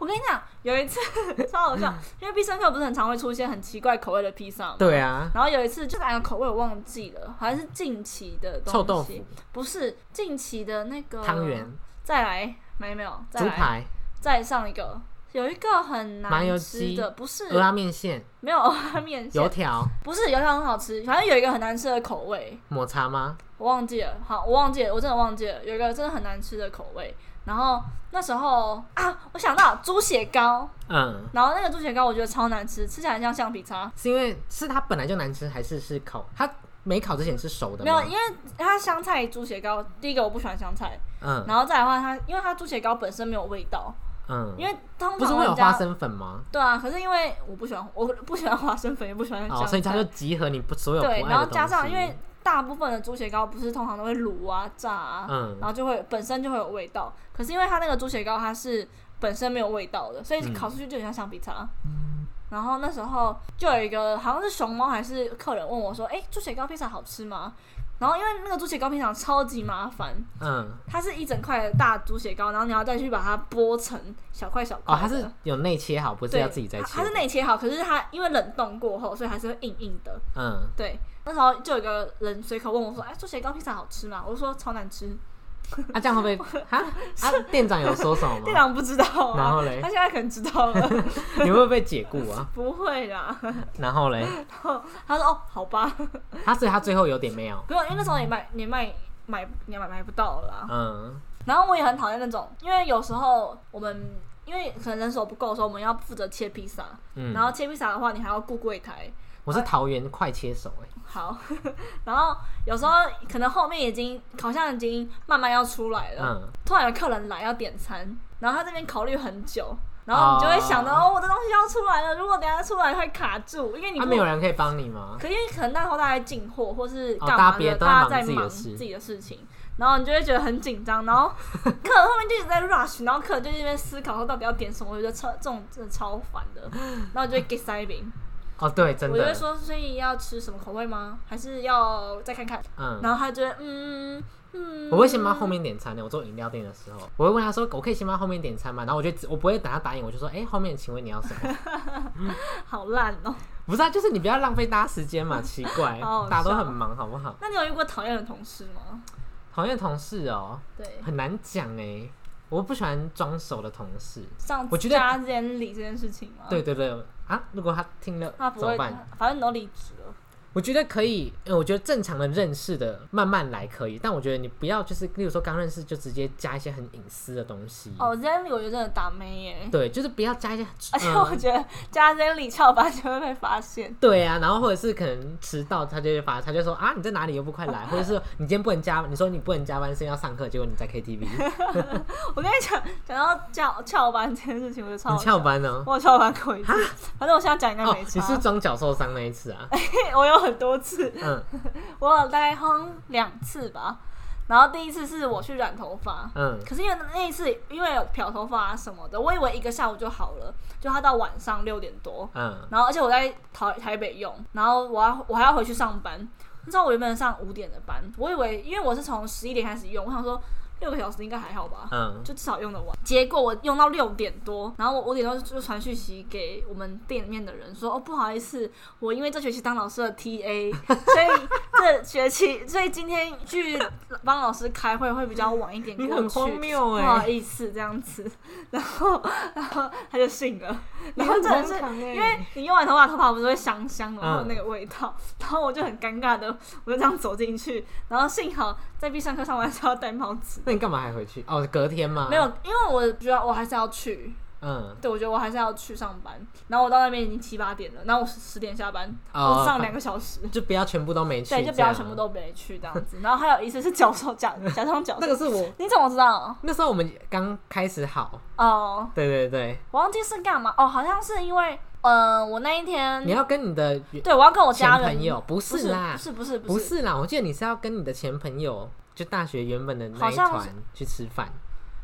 Speaker 2: 我跟你讲，有一次 超好笑，因为必胜客不是很常会出现很奇怪口味的披萨吗？
Speaker 1: 对啊，
Speaker 2: 然后有一次就是哪个口味我忘记了，好像是近期的东西
Speaker 1: 臭豆腐、
Speaker 2: 不是近期的那个
Speaker 1: 汤圆、、
Speaker 2: 再来没没有，嗯再
Speaker 1: 猪
Speaker 2: 来
Speaker 1: 排、
Speaker 2: 再上一个，有一个很
Speaker 1: 麻油
Speaker 2: 难吃
Speaker 1: 鸡
Speaker 2: 的，不是
Speaker 1: 鹅拉面线、
Speaker 2: 没有 蚵仔面
Speaker 1: 油
Speaker 2: 线，
Speaker 1: 条、
Speaker 2: 不是油条很好吃，反正有一个很难吃的口味，
Speaker 1: 抹茶吗？
Speaker 2: 我忘记了，好，我忘记了，我真的忘记了，有一个真的很难吃的口味。然后那时候啊，我想到猪血糕，
Speaker 1: 嗯，
Speaker 2: 然后那个猪血糕我觉得超难吃，吃起来很像橡皮擦。
Speaker 1: 是因为是它本来就难吃，还是是烤它没烤之前是熟的
Speaker 2: 没有，
Speaker 1: 吗
Speaker 2: 因？为它香菜猪血糕，第一个我不喜欢香菜，
Speaker 1: 嗯
Speaker 2: 然后再来的话它，因为它猪血糕本身没有味道，
Speaker 1: 嗯，
Speaker 2: 因为通
Speaker 1: 不是
Speaker 2: 常
Speaker 1: 会有
Speaker 2: 人
Speaker 1: 花
Speaker 2: 家
Speaker 1: 生粉吗？
Speaker 2: 对啊，可是因为我不喜欢，我不喜欢花生粉，也不喜欢香菜，
Speaker 1: 哦，所以它就集合你不所有不爱
Speaker 2: 对，
Speaker 1: 的
Speaker 2: 然后
Speaker 1: 东
Speaker 2: 加上
Speaker 1: 西
Speaker 2: 因为大部分的猪血糕不是通常都会卤啊、炸啊，
Speaker 1: 嗯
Speaker 2: 然后就会本身就会有味道。可是因为它那个猪血糕它是本身没有味道的，所以
Speaker 1: 嗯
Speaker 2: 烤出去就很像橡皮擦。然后那时候就有一个好像是熊猫还是客人问我说：“哎、猪血糕披萨好吃吗？”然后因为那个猪血糕披萨超级麻烦，
Speaker 1: 嗯
Speaker 2: 它是一整块的大猪血糕，然后你要再去把它剥成小块小块
Speaker 1: 哦，
Speaker 2: 的。
Speaker 1: 它是有内切好，不是
Speaker 2: 对，
Speaker 1: 要自己再
Speaker 2: 它
Speaker 1: 切
Speaker 2: 它是
Speaker 1: 的。
Speaker 2: 内切好，可是它因为冷冻过后，所以还是会硬硬的。
Speaker 1: 嗯，
Speaker 2: 对，那时候就有一个人随口问我说：“哎，猪血糕披萨好吃吗？”我说：“超难吃。
Speaker 1: 啊，这样会不会 啊？啊，店长有说什么”
Speaker 2: 店
Speaker 1: 吗？
Speaker 2: 长不知道
Speaker 1: 然
Speaker 2: 啊
Speaker 1: 后，嘞
Speaker 2: 他，现在可能知道了，
Speaker 1: 你会不会被解雇啊？
Speaker 2: 不会啦。
Speaker 1: 然后嘞，
Speaker 2: 他说：“哦，好吧。
Speaker 1: 他所以他最后有点没有”，
Speaker 2: 没有，因为那时候也卖也卖买也买买不到啦。
Speaker 1: 嗯
Speaker 2: 然后我也很讨厌那种，因为有时候我们因为可能人手不够的时候，我们要负责切披萨，
Speaker 1: 嗯。
Speaker 2: 然后切披萨的话，你还要顾柜台，
Speaker 1: 我是桃园快切手哎、
Speaker 2: 好， 然后有时候可能后面已经烤箱已经慢慢要出来了，
Speaker 1: 嗯
Speaker 2: 突然有客人来要点餐，然后他这边考虑很久，然后你就会想到哦我的东西要出来了，如果等一下出来会卡住，因为你
Speaker 1: 啊，
Speaker 2: 不
Speaker 1: 没有人可以帮你吗？
Speaker 2: 可因为可能那时候大家在进货或是
Speaker 1: 哦
Speaker 2: 干
Speaker 1: 大
Speaker 2: 嘛
Speaker 1: 家别
Speaker 2: 的，
Speaker 1: 都在
Speaker 2: 大
Speaker 1: 忙
Speaker 2: 家在
Speaker 1: 自己的
Speaker 2: 忙
Speaker 1: 事
Speaker 2: 自己的事情，然后你就会觉得很紧 张，然后客人后面就一直在 rush，然后客人就在那边思考说到底要点什么，我觉得超这种真的超烦的，然后我就会 get 塞饼，
Speaker 1: 哦，对，真
Speaker 2: 我就会
Speaker 1: 的，
Speaker 2: 说所以要吃什么口味吗？还是要再看看？
Speaker 1: 嗯，
Speaker 2: 然后他就会嗯嗯，
Speaker 1: 我会先帮后面点餐的。我做饮料店的时候，我会问他说：“我可以先帮后面点餐吗？”然后我就只我不会等他答应，我就说：“哎、后面请问你要什么
Speaker 2: 好烂哦。？”
Speaker 1: 不是啊，就是你不要浪费大家时间嘛，奇怪
Speaker 2: 好好，笑哦
Speaker 1: 大家都很忙，好不好？
Speaker 2: 那你有遇过讨厌的同事吗？
Speaker 1: 讨厌同事哦、
Speaker 2: 对，
Speaker 1: 很难讲哎、我不喜欢装熟的同事。
Speaker 2: 像
Speaker 1: 我觉得
Speaker 2: 加监理这件事情吗？，
Speaker 1: 对对对啊！如果他听了
Speaker 2: 他不
Speaker 1: 怎么
Speaker 2: 会，
Speaker 1: 办？嗯
Speaker 2: 反正你都离职了。
Speaker 1: 我觉得可以，呃我觉得正常的认识的慢慢来可以，但我觉得你不要就是，例如说刚认识就直接加一些很隐私的东西。
Speaker 2: 哦，监理我觉得真的打妹耶，
Speaker 1: 对，就是不要加一些，
Speaker 2: 而且
Speaker 1: 嗯
Speaker 2: 我觉得加监理翘班就会被发现。
Speaker 1: 对啊，然后或者是可能迟到，他就会发，他就说啊你在哪里又不快来，或者是你今天不能加，你说你不能加班是因为要上课，结果你在 KTV，
Speaker 2: 我跟你讲，讲到翘翘班这件事情，我就超
Speaker 1: 你
Speaker 2: 好
Speaker 1: 翘
Speaker 2: 笑。
Speaker 1: 班呢、
Speaker 2: 我有翘班过一次，反正我现在讲应该
Speaker 1: 哦
Speaker 2: 没，差。
Speaker 1: 你是装脚受伤那一次啊？
Speaker 2: 我有很多次，
Speaker 1: 嗯
Speaker 2: 我有大概哼两次吧。然后第一次是我去染头发，
Speaker 1: 嗯
Speaker 2: 可是因为那一次因为有漂头发啊什么的，我以为一个下午就好了，就他到晚上六点多，
Speaker 1: 嗯，
Speaker 2: 然后而且我在台台北用，然后我要我还要回去上班。你知道我原本上五点的班，我以为因为我是从十一点开始用，我想说六个小时应该还好吧，
Speaker 1: 嗯，
Speaker 2: 就至少用得完。结果我用到六点多，然后我五点多就传讯息给我们店里面的人说，哦，不好意思，我因为这学期当老师的 TA，所以这学期，所以今天去帮老师开会会比较晚一点过
Speaker 1: 你
Speaker 2: 去，
Speaker 1: 很荒谬
Speaker 2: 不
Speaker 1: 哎、
Speaker 2: 好意思这样子。然后，然后他就信了，然后真的是。欸因为你用完头发，头发不是会香香的，然后
Speaker 1: 嗯
Speaker 2: 那个味道，然后我就很尴尬的， 我就这样走进去，然后幸好在必胜客上班是要戴帽子，
Speaker 1: 那你干嘛还回去？哦，隔天吗？
Speaker 2: 没有，，因为我觉得我还是要去，
Speaker 1: 嗯，
Speaker 2: 对我觉得我还是要去上班。然后我到那边已经七八点了，然后我十点下班，
Speaker 1: 哦
Speaker 2: 我上两个小时，
Speaker 1: 就不要全部都没去，
Speaker 2: 对，就不
Speaker 1: 这
Speaker 2: 要
Speaker 1: 样啊
Speaker 2: 全部都没去这样子。然后还有一次是脚受假假装脚
Speaker 1: 那
Speaker 2: 受，
Speaker 1: 个是我
Speaker 2: 你怎么 知道？
Speaker 1: 那时候我们刚开始好，
Speaker 2: 哦，
Speaker 1: 对对对，
Speaker 2: 我忘记是干嘛哦，好像是因为呃，我那一天
Speaker 1: 你要跟你的原
Speaker 2: 对我要跟我
Speaker 1: 前
Speaker 2: 家人
Speaker 1: 朋友，不
Speaker 2: 不
Speaker 1: 是
Speaker 2: 是
Speaker 1: 啦
Speaker 2: 不，是不是
Speaker 1: 不是啦，我记得你是要跟你的前朋友，就大学原本的那
Speaker 2: 好
Speaker 1: 一
Speaker 2: 像
Speaker 1: 团去吃饭，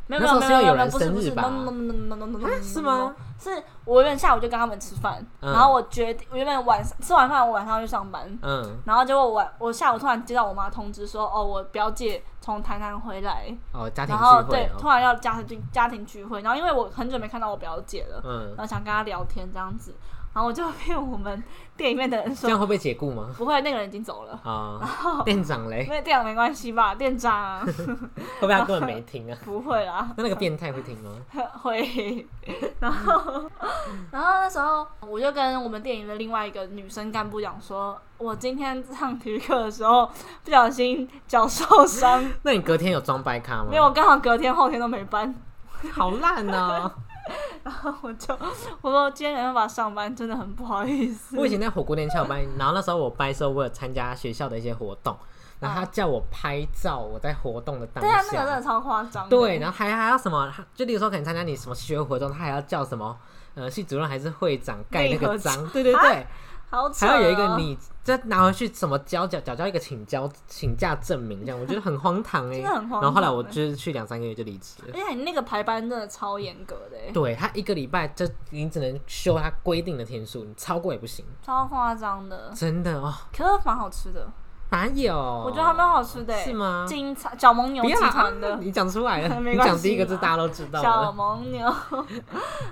Speaker 2: 没有
Speaker 1: 那时
Speaker 2: 没有
Speaker 1: 候
Speaker 2: 没
Speaker 1: 是要
Speaker 2: 有
Speaker 1: 有
Speaker 2: 没有，
Speaker 1: 人
Speaker 2: 不是
Speaker 1: 生
Speaker 2: 不
Speaker 1: 日
Speaker 2: 是
Speaker 1: 吧
Speaker 2: ，no no no no no no no no，
Speaker 1: 啊是吗？
Speaker 2: 是我原本下午就跟他们吃饭，
Speaker 1: 嗯
Speaker 2: 然后我决定原本晚上吃完饭我晚上要去上班，
Speaker 1: 嗯，
Speaker 2: 然后结果我晚我下午突然接到我妈通知说，哦，我表姐从台南回来，
Speaker 1: 哦，家庭
Speaker 2: 然后
Speaker 1: 聚会
Speaker 2: 对，突
Speaker 1: 哦，
Speaker 2: 然要家庭家庭聚会，然后因为我很久没看到我表姐了，
Speaker 1: 嗯
Speaker 2: 然，后想跟她聊天这样子，然后我就骗我们店里面的人
Speaker 1: 这
Speaker 2: 说
Speaker 1: 样会被解雇吗？
Speaker 2: 不会，那个人已经走了，
Speaker 1: 啊，店长嘞，
Speaker 2: 因为店长没关系吧，店长啊
Speaker 1: 会不会他根本没听啊？
Speaker 2: 不会啦，
Speaker 1: 那那个变态会听吗？
Speaker 2: 会，然后，
Speaker 1: 嗯
Speaker 2: 然后那时候我就跟我们店里的另外一个女生干部讲说，我今天上体育课的时候不小心脚受伤，
Speaker 1: 那你隔天有装白卡吗？
Speaker 2: 没有，，刚好隔天后天都没班，
Speaker 1: 好烂
Speaker 2: 啊
Speaker 1: 哦！
Speaker 2: 然后我就我说今天没办法上班，真的很不好意思。
Speaker 1: 我以前在火锅店翘班，然后那时候我班的时候，我有参加学校的一些活动，然后他叫我拍照，我在活动的当
Speaker 2: 对啊，那个真
Speaker 1: 下
Speaker 2: 的，超夸张的。
Speaker 1: 对，然后还还要什么，就例如说可能参加你什么学会活动，他还要叫什么。呃，系主任还是会长盖那
Speaker 2: 内
Speaker 1: 个
Speaker 2: 核
Speaker 1: 章，对对对，
Speaker 2: 好扯、
Speaker 1: 还
Speaker 2: 哦。
Speaker 1: 要有一个，你再拿回去什么交缴缴交一个请交请假证明，这样我觉得很荒唐哎、
Speaker 2: 真的很荒唐欸
Speaker 1: 然后后来我就是去两三个月就离职了
Speaker 2: 而。且你那个排班真的超严格的欸，
Speaker 1: 对他一个礼拜就你只能休他规定的天数，你超过也不行，
Speaker 2: 超夸张的。
Speaker 1: 真的哦，
Speaker 2: 可是蛮好吃的，
Speaker 1: 哪有？
Speaker 2: 我
Speaker 1: 我
Speaker 2: 觉得还蛮好吃的欸。
Speaker 1: 是吗？
Speaker 2: 金茶小蒙牛
Speaker 1: 不
Speaker 2: 集
Speaker 1: 要啦
Speaker 2: 团的
Speaker 1: 啊。你讲出来了，
Speaker 2: 没
Speaker 1: 你
Speaker 2: 关系啊
Speaker 1: 讲第一个字
Speaker 2: 啦
Speaker 1: 大家都知道
Speaker 2: 小
Speaker 1: 了。
Speaker 2: 蒙牛，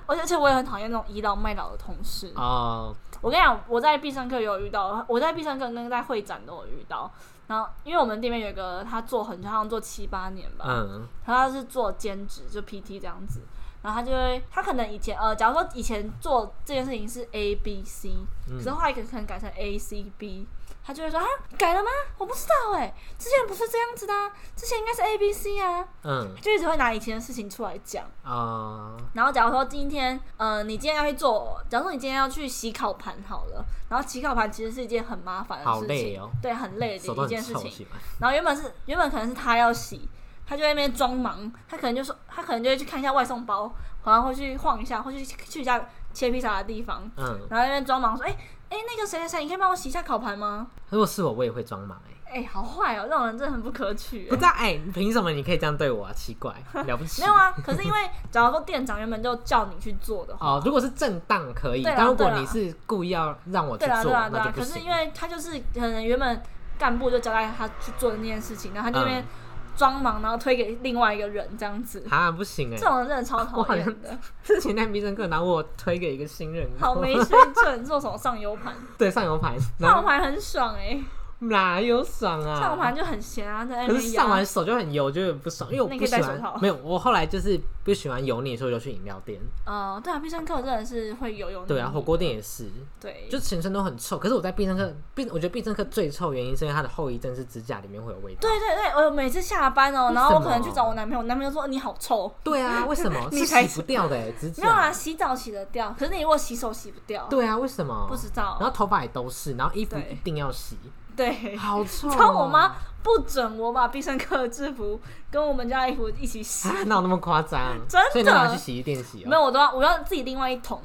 Speaker 2: 而且而且我也很讨厌那种倚老卖老的同事。
Speaker 1: 哦，
Speaker 2: 我跟你讲，我在必胜客也有遇到，我在必胜客跟在会展都有遇到。然后，因为我们店面有一个他做很久，好像做七八年吧，
Speaker 1: 嗯，
Speaker 2: 然后他是做兼职，就 PT 这样子。然后他就会，他可能以前呃，假如说以前做这件事情是 A B C，
Speaker 1: 嗯
Speaker 2: 可是后来可能改成 A C B，他就会说啊，改了吗？我不知道哎、之前不是这样子的、啊，之前应该是 A B C 啊，
Speaker 1: 嗯，
Speaker 2: 就一直会拿以前的事情出来讲。
Speaker 1: 哦，
Speaker 2: 然后假如说今天，呃，你今天要去做，假如说你今天要去洗烤盘好了，然后洗烤盘其实是一件很麻烦的
Speaker 1: 好
Speaker 2: 事
Speaker 1: 累
Speaker 2: 情，
Speaker 1: 哦
Speaker 2: 对，很累
Speaker 1: 手
Speaker 2: 的一
Speaker 1: 都很
Speaker 2: 件事
Speaker 1: 臭
Speaker 2: 情。
Speaker 1: 是吧？
Speaker 2: 然后原本是原本可能是他要洗，他就在那边装忙，他可能就说他可能就会去看一下外送包，然后会去晃一下，或去去一下切披萨的地方，
Speaker 1: 嗯，
Speaker 2: 然后在那边装忙说，哎、哎、那个谁谁谁，你可以帮我洗一下烤盘吗？
Speaker 1: 如果是我，我也会装忙哎。
Speaker 2: 哎、好坏哦，这种人真的很不可取、欸
Speaker 1: 不知道哎，你凭什么你可以这样对我啊？奇怪，了不起。
Speaker 2: 没有啊，可是因为假如说店长原本就叫你去做的话，
Speaker 1: 哦，如果是正当可以，
Speaker 2: 对啦啊
Speaker 1: 但如果
Speaker 2: 对啦
Speaker 1: 你是故意要让我去
Speaker 2: 对啦，
Speaker 1: 做，
Speaker 2: 对啦，对
Speaker 1: 那就。
Speaker 2: 啦
Speaker 1: 不
Speaker 2: 可是
Speaker 1: 行
Speaker 2: 因。为他就是可能原本干部就交代他去做的那件事情，然后他就那边
Speaker 1: 嗯
Speaker 2: 装忙，然后推给另外一个人这样子。
Speaker 1: 啊，不行
Speaker 2: 这
Speaker 1: 哎！
Speaker 2: 种人真的超讨厌的，
Speaker 1: 之前那必胜客拿我推给一个新人，
Speaker 2: 好没水准，做什么上油盘？
Speaker 1: 对上油 盘，
Speaker 2: 上油盘很爽哎、
Speaker 1: 哪有爽啊？
Speaker 2: 上油盘就很闲啊，在那
Speaker 1: 可是
Speaker 2: 边
Speaker 1: 上完
Speaker 2: 摇。
Speaker 1: 手就很油，就很不爽，因为我
Speaker 2: 那
Speaker 1: 不
Speaker 2: 你可以
Speaker 1: 喜
Speaker 2: 戴手
Speaker 1: 欢
Speaker 2: 套。
Speaker 1: 没有，我后来就是不喜欢油腻，所以我就去饮料店。
Speaker 2: 呃，对啊，必胜客真的是会有油腻
Speaker 1: 对啊，火锅店也是，
Speaker 2: 对，
Speaker 1: 就全身都很臭。可是我在必胜客，必我觉得必胜客最臭原因是因为它的后遗症是指甲里面会有味道。
Speaker 2: 对对对，我每次下班哦、
Speaker 1: 为
Speaker 2: 然后
Speaker 1: 什
Speaker 2: 我
Speaker 1: 么
Speaker 2: 可能去找我男朋友，我男朋友说你好臭，
Speaker 1: 对啊，为什么
Speaker 2: 你
Speaker 1: 是
Speaker 2: 才
Speaker 1: 洗不掉的、欸、指
Speaker 2: 没有啊啦，
Speaker 1: 甲？
Speaker 2: 洗澡洗得掉，可是你如果洗手洗不掉，
Speaker 1: 对啊，为什么？
Speaker 2: 不知道
Speaker 1: 然后头发也都是，然后衣服
Speaker 2: 对
Speaker 1: 一定要洗，
Speaker 2: 对，
Speaker 1: 好臭、
Speaker 2: 你
Speaker 1: 喔。
Speaker 2: 知道我妈不准我把必胜客的制服跟我们家的衣服一起洗，
Speaker 1: 啊，哪有那么夸张？
Speaker 2: 真的
Speaker 1: 所以你拿去洗衣店洗哦、
Speaker 2: 没有，我都要我要自己另外一桶，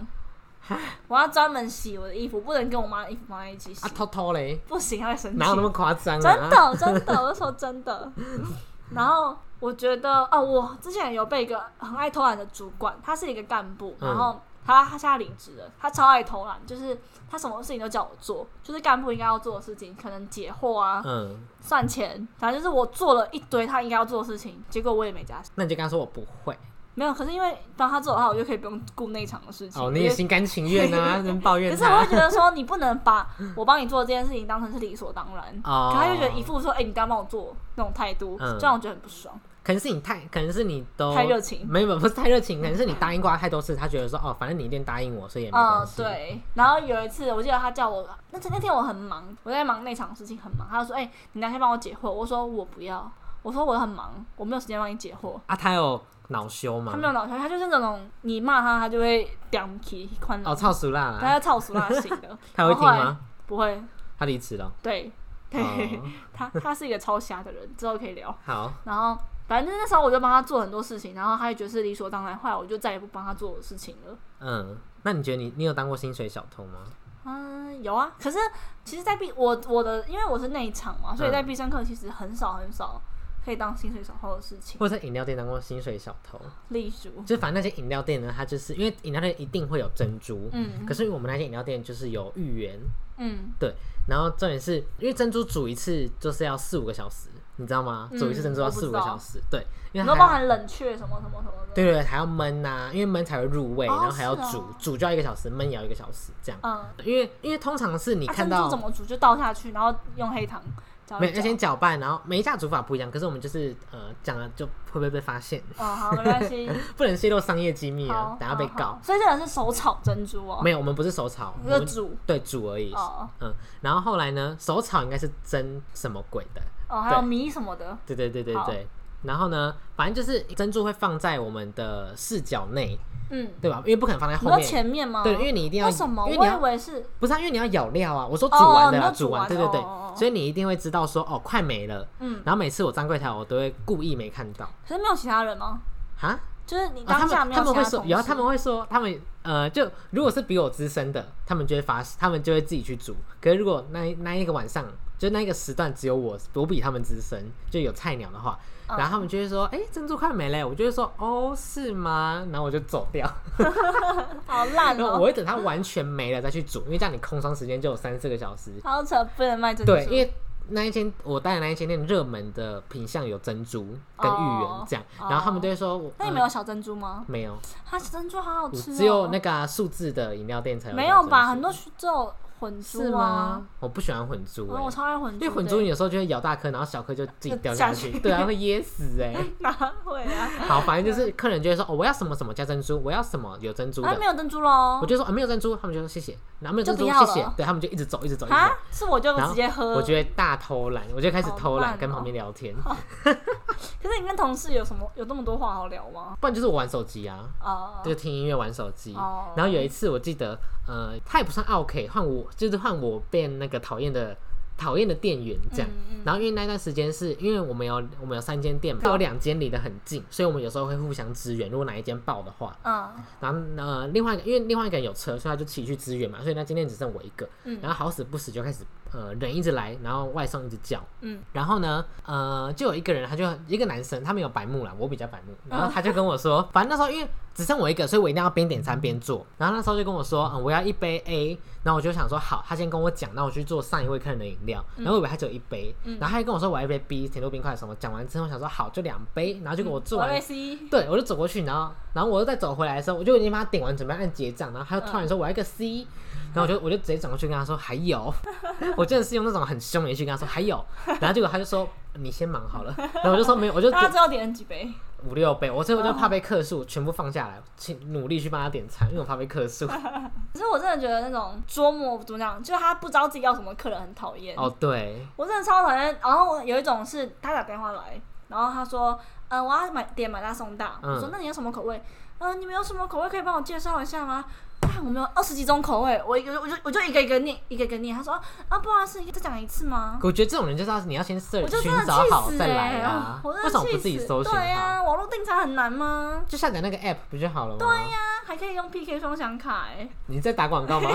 Speaker 1: 啊
Speaker 2: 我要专门洗我的衣服，不能跟我妈的衣服放在一起洗
Speaker 1: 啊，，偷偷嘞，
Speaker 2: 不行，她会生气。
Speaker 1: 哪有那么夸张啊？
Speaker 2: 真的真的，我是说 真的。然后我觉得哦，我之前有被一个很爱偷懒的主管，他是一个干部，
Speaker 1: 嗯
Speaker 2: 然后他他现在离职了，他超爱偷懒，就是他什么事情都叫我做，就是干部应该要做的事情，可能解惑啊、
Speaker 1: 嗯，
Speaker 2: 算钱，反正就是我做了一堆他应该要做的事情，结果我也没加薪。
Speaker 1: 那你就跟他说我不会。
Speaker 2: 没有，可是因为当他做的话，我就可以不用顾那一场的事情。
Speaker 1: 哦，你也
Speaker 2: 因为
Speaker 1: 心甘情愿啊， 能抱怨
Speaker 2: 可是我
Speaker 1: 他
Speaker 2: 会觉 得说，你不能把我帮你做这件事情当成是理所当然。
Speaker 1: 哦
Speaker 2: 可他就觉得一副说，哎、你刚帮我做那种态度，
Speaker 1: 嗯
Speaker 2: 这让我觉得很不爽。
Speaker 1: 可能是你太，可能是你都
Speaker 2: 太热情
Speaker 1: 没有不是太热情，可能是你答应过他太多次，他觉得说哦，反正你一定答应我，所以也没
Speaker 2: 嗯
Speaker 1: 关，系。，
Speaker 2: 对。然后有一次，我记得他叫我，那天那天我很忙，我在忙那场事情很忙，他就说，哎、你哪天帮我解惑？我说我不要，我说我很忙，我没有时间帮你解惑。
Speaker 1: 啊，他有恼羞吗？
Speaker 2: 他没有脑条，他就是那种你骂他，他就会飙起宽
Speaker 1: 哦，
Speaker 2: 容，
Speaker 1: 操熟啦啦，。
Speaker 2: 他就操死那型的
Speaker 1: 他会听
Speaker 2: 然后后来？
Speaker 1: 吗？
Speaker 2: 不会，
Speaker 1: 他离职了。
Speaker 2: 对，对，
Speaker 1: 哦，
Speaker 2: 他他是一个超瞎的人，之后可以聊。
Speaker 1: 好，
Speaker 2: 然后反正那时候我就帮他做很多事情，然后他也觉得是理所当然，后来我就再也不帮他做事情了。
Speaker 1: 嗯，那你觉得你你有当过薪水小偷吗？
Speaker 2: 嗯，有啊，可
Speaker 1: 嗯
Speaker 2: 是其实，在必我我的，因为我是内场嘛，所以在必胜客其实很少很少可以当薪水小偷的事情，
Speaker 1: 或者在饮料店当过薪水小偷，
Speaker 2: 例如，
Speaker 1: 就是反正那些饮料店呢，它就是因为饮料店一定会有珍珠，
Speaker 2: 嗯
Speaker 1: 可是我们那些饮料店就是有芋圆，
Speaker 2: 嗯，
Speaker 1: 然后重点是因为珍珠煮一次就是要四五个小时，你知道吗？
Speaker 2: 嗯
Speaker 1: 煮一次珍珠要四五个
Speaker 2: 我不知
Speaker 1: 小
Speaker 2: 道
Speaker 1: 时，对，因
Speaker 2: 然
Speaker 1: 为
Speaker 2: 后
Speaker 1: 它
Speaker 2: 包
Speaker 1: 还要
Speaker 2: 含冷却什么什么什么的，
Speaker 1: 对对对还要焖呐、因为焖才会入味，
Speaker 2: 哦
Speaker 1: 然后还要
Speaker 2: 是哦
Speaker 1: 煮，煮就要一个小时，焖也要一个小时这样。
Speaker 2: 嗯，
Speaker 1: 因为因为通常是你
Speaker 2: 啊
Speaker 1: 看
Speaker 2: 珍
Speaker 1: 到、
Speaker 2: 珠怎么煮就倒下去，然后用黑糖搅
Speaker 1: 每
Speaker 2: 一
Speaker 1: 要
Speaker 2: 搅。
Speaker 1: 先搅拌，然后每一家煮法不一样，可是我们就是呃讲了就会不会被发 现，
Speaker 2: 哦，好，没关 系。
Speaker 1: 不能泄露商业机密
Speaker 2: 好
Speaker 1: 啊，，等下被
Speaker 2: 好
Speaker 1: 告。。
Speaker 2: 好所以这人是手炒珍珠哦，
Speaker 1: 没有，我们不是手炒，我
Speaker 2: 一个
Speaker 1: 们
Speaker 2: 煮
Speaker 1: 对煮而已。
Speaker 2: 哦
Speaker 1: 嗯，然后后来呢，手炒应该是蒸什么鬼的？
Speaker 2: 哦，还有
Speaker 1: 对
Speaker 2: 米什么的，
Speaker 1: 对对对对
Speaker 2: 好
Speaker 1: 对。然后呢，反正就是珍珠会放在我们的视角内，
Speaker 2: 嗯，
Speaker 1: 对吧？因为不可能放在
Speaker 2: 你
Speaker 1: 后
Speaker 2: 说
Speaker 1: 面。
Speaker 2: 前面吗？
Speaker 1: 对，因为你一定要，
Speaker 2: 为什么？
Speaker 1: 因为
Speaker 2: 我
Speaker 1: 你
Speaker 2: 以
Speaker 1: 要
Speaker 2: 为是
Speaker 1: 不是、啊，因为你要咬料啊。我说煮
Speaker 2: 哦
Speaker 1: 完的
Speaker 2: 你
Speaker 1: 啦，
Speaker 2: 说煮完
Speaker 1: 对对对，
Speaker 2: 哦哦哦
Speaker 1: 所以你一定会知道说哦，快没了。
Speaker 2: 嗯，
Speaker 1: 然后每次我站柜台，我都会故意没看到
Speaker 2: 可是没有其他人吗？
Speaker 1: 哈。
Speaker 2: 就是你
Speaker 1: 啊、他
Speaker 2: 当下
Speaker 1: 们
Speaker 2: 没
Speaker 1: 他
Speaker 2: 有其
Speaker 1: 们会
Speaker 2: 同
Speaker 1: 说，
Speaker 2: 事，
Speaker 1: 然后他们会说，他们呃，就如果是比我资深的，他们就会发，他们就会自己去煮。可是如果那一那一个晚上，就那一个时段只有我，我比他们资深，就有菜鸟的话，
Speaker 2: 嗯
Speaker 1: 然后他们就会说，哎、珍珠快没了，我就会说，哦，是吗？然后我就走掉，
Speaker 2: 好烂
Speaker 1: 然后
Speaker 2: 哦，
Speaker 1: 我会等它完全没了再去煮，因为这样你空窗时间就有三四个小时。
Speaker 2: 好扯，不能卖珍珠。
Speaker 1: 对，因为那一间我带的那一间店热门的品相有珍珠跟芋圆
Speaker 2: 哦
Speaker 1: 这样，然后他们
Speaker 2: 哦
Speaker 1: 就会说，我
Speaker 2: 那你
Speaker 1: 呃
Speaker 2: 们有小珍珠吗？
Speaker 1: 没有？
Speaker 2: 它珍珠好好吃哦，
Speaker 1: 只有那个啊数、字的饮料店才有。
Speaker 2: 没有吧？很多只有混
Speaker 1: 是
Speaker 2: 珠啊
Speaker 1: 吗，？我不喜欢混珠、
Speaker 2: 嗯我
Speaker 1: 欸，
Speaker 2: 超爱混珠
Speaker 1: 因
Speaker 2: 的，
Speaker 1: 为混珠你有时候就会咬大颗，然后小颗就自己掉
Speaker 2: 下
Speaker 1: 去，
Speaker 2: 去
Speaker 1: 对啊，会噎死 哎、
Speaker 2: 哪会啊？
Speaker 1: 好，反正就是客人就会说，哦，我要什么什么加珍珠，我要什么有珍珠
Speaker 2: 啊，
Speaker 1: 的
Speaker 2: 没。有珍珠喽
Speaker 1: 我？就说、啊没有珍珠，他们就说谢谢，然后没有
Speaker 2: 就
Speaker 1: 珍珠
Speaker 2: 不要
Speaker 1: 谢谢
Speaker 2: 了，
Speaker 1: 对他们就一直走，一直走，一直
Speaker 2: 啊
Speaker 1: 走，，
Speaker 2: 是我就
Speaker 1: 然后
Speaker 2: 直接喝。
Speaker 1: 我就会大偷懒，我就开始
Speaker 2: 好
Speaker 1: 偷
Speaker 2: 慢
Speaker 1: 懒
Speaker 2: 哦
Speaker 1: 跟旁边聊天，
Speaker 2: 可是你跟同事有什么有这么多话好聊吗？
Speaker 1: 不然就是我玩手机啊，
Speaker 2: 啊，
Speaker 1: 就听音乐玩手机。
Speaker 2: 哦
Speaker 1: 然后有一次我记得，呃，他也不算 OK，换我就是换我变那个讨厌的讨厌的店员这样。
Speaker 2: 嗯嗯
Speaker 1: 然后因为那段时间是因为我们有我们有三间店嘛，有两间离得很近，所以我们有时候会互相支援。如果哪一间爆的话，
Speaker 2: 嗯
Speaker 1: 然后呃另外一个因为另外一个人有车，所以他就骑去支援嘛，所以那间店只剩我一个。
Speaker 2: 嗯
Speaker 1: 然后好死不死就开始呃人一直来，然后外送一直叫，
Speaker 2: 嗯，
Speaker 1: 然后呢，呃，就有一个人，他就一个男生，他没有白目啦，我比较白目。然后他就跟我说，反正那时候因为只剩我一个，所以我一定要边点餐边做。然后那时候就跟我说，嗯，我要一杯 A。然后我就想说，好，他先跟我讲，那我去做上一位客人的饮料。然后我以为他只有一杯，
Speaker 2: 嗯
Speaker 1: 然后他就跟我说我要一杯 B 甜豆冰块什么。讲完之后我想说好，就两杯。然后结果我做
Speaker 2: 我
Speaker 1: 完
Speaker 2: 以为 C，
Speaker 1: 对，我就走过去，然后，然后我又再走回来的时候，我就已经把他点完，准备按结账，然后他就突
Speaker 2: 嗯
Speaker 1: 然说我要一个 C，、然后我就我就直接转过去跟他说还 有，我真的是用那种很凶的语气跟他说还有，然后结果他就说你先忙好了，然后我就说没有，我就
Speaker 2: 大家知道点了几杯？
Speaker 1: 五六杯，我所以
Speaker 2: 嗯
Speaker 1: 我就怕被克数，全部放下来，请努力去帮他点餐，因为我怕被克数。
Speaker 2: 可是我真的觉得那种捉摸怎么讲，就是他不知道自己要什么客人很讨厌。
Speaker 1: 哦，对，
Speaker 2: 我真的超讨厌。然后有一种是他打电话来，然后他说：“呃，我要买点马大松大。
Speaker 1: 嗯
Speaker 2: 我说：“那你有什么口味？”呃，你们有什么口味可以帮我介绍一下吗？看我们有二十几种口味，我一个我就我就一个一个念，一个一个念。他说：“啊，不好意思，再讲一次吗？”
Speaker 1: 我觉得这种人就是要你要先 search
Speaker 2: 我就
Speaker 1: 寻
Speaker 2: 真的
Speaker 1: 找
Speaker 2: 气
Speaker 1: 好
Speaker 2: 死
Speaker 1: 再
Speaker 2: 哎、
Speaker 1: 来啊，
Speaker 2: 我真
Speaker 1: 为
Speaker 2: 的
Speaker 1: 什么
Speaker 2: 气
Speaker 1: 不
Speaker 2: 死！
Speaker 1: 自己搜寻
Speaker 2: 对啊
Speaker 1: 好？
Speaker 2: 呀、网络订餐很难吗？
Speaker 1: 就下载那个 app 不就好了吗？对呀、
Speaker 2: 啊，还可以用 PK 双响卡 哎、
Speaker 1: 你在打广告吗？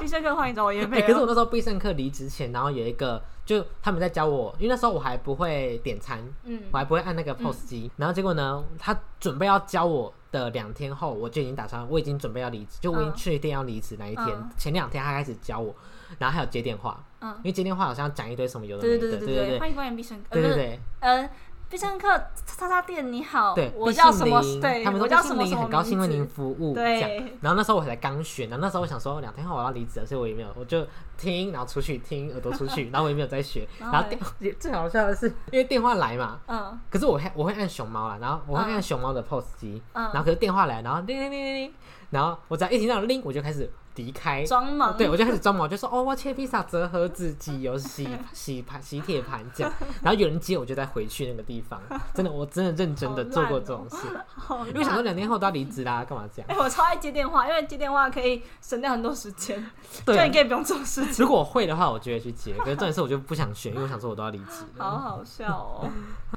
Speaker 2: 必胜客欢迎找我叶
Speaker 1: 哎、
Speaker 2: 飞、
Speaker 1: 可是我那时候必胜客离职前，然后有一个就他们在教我，因为那时候我还不会点餐，
Speaker 2: 嗯
Speaker 1: 我还不会按那个 POS 机、然后结果呢，他准备要教我的两天后，我就已经打算，我已经准备要离职，就我已经
Speaker 2: 嗯
Speaker 1: 确定要离职那一天，
Speaker 2: 嗯
Speaker 1: 前两天他开始教我，然后还有接电话，
Speaker 2: 嗯
Speaker 1: 因，为接电话好像要讲一堆什么有的没
Speaker 2: 对
Speaker 1: 的，
Speaker 2: 对对
Speaker 1: 对
Speaker 2: 对对，
Speaker 1: 对
Speaker 2: 欢迎光临必胜客，
Speaker 1: 对
Speaker 2: 呃不
Speaker 1: 对
Speaker 2: 是
Speaker 1: 对
Speaker 2: 呃，必胜客叉叉店你好，
Speaker 1: 对，
Speaker 2: 我
Speaker 1: 毕
Speaker 2: 叫
Speaker 1: 信
Speaker 2: 什么？
Speaker 1: 凌
Speaker 2: 对，
Speaker 1: 他们
Speaker 2: 我
Speaker 1: 说
Speaker 2: 叫
Speaker 1: 毕
Speaker 2: 什
Speaker 1: 信
Speaker 2: 么
Speaker 1: 凌
Speaker 2: 什么
Speaker 1: 很高兴为您
Speaker 2: 名字？
Speaker 1: 服务，这样。
Speaker 2: 对，
Speaker 1: 然后那时候我才刚选，然后那时候我想说两天后我要离职了，所以我也没有，我就听，然后出去 听，耳朵出去，然后我也没有再学。
Speaker 2: 然
Speaker 1: 然
Speaker 2: 后
Speaker 1: 后电 最好笑的是，因为电话来嘛，
Speaker 2: 嗯
Speaker 1: 可是我会我会按熊猫啦，然后我会
Speaker 2: 嗯
Speaker 1: 按熊猫的 POS 机，然后
Speaker 2: 嗯，
Speaker 1: 可是电话来，然后铃铃铃铃铃，然后我只要一听到铃，我就开始离开。
Speaker 2: 装忙，
Speaker 1: 对，我就开始装嘛，我就说哦，我要切披萨折盒子，挤油洗洗盘洗铁盘这 样，然后有人接我就再回去那个地方，真的，我真的认真的
Speaker 2: 好
Speaker 1: 做过
Speaker 2: 烂
Speaker 1: 这
Speaker 2: 哦
Speaker 1: 种事，
Speaker 2: 好
Speaker 1: 因为想
Speaker 2: 烂
Speaker 1: 说两天后都要离职啦，干嘛这 样
Speaker 2: 哎、？我超爱接电话，因为接电话可以省掉很多时间，
Speaker 1: 对啊
Speaker 2: 就你可以不用做事 情。
Speaker 1: 如果我会的话，我就会去接。可是重点是我就不想 学，因为我想说我都要离职了。
Speaker 2: 好好笑哦。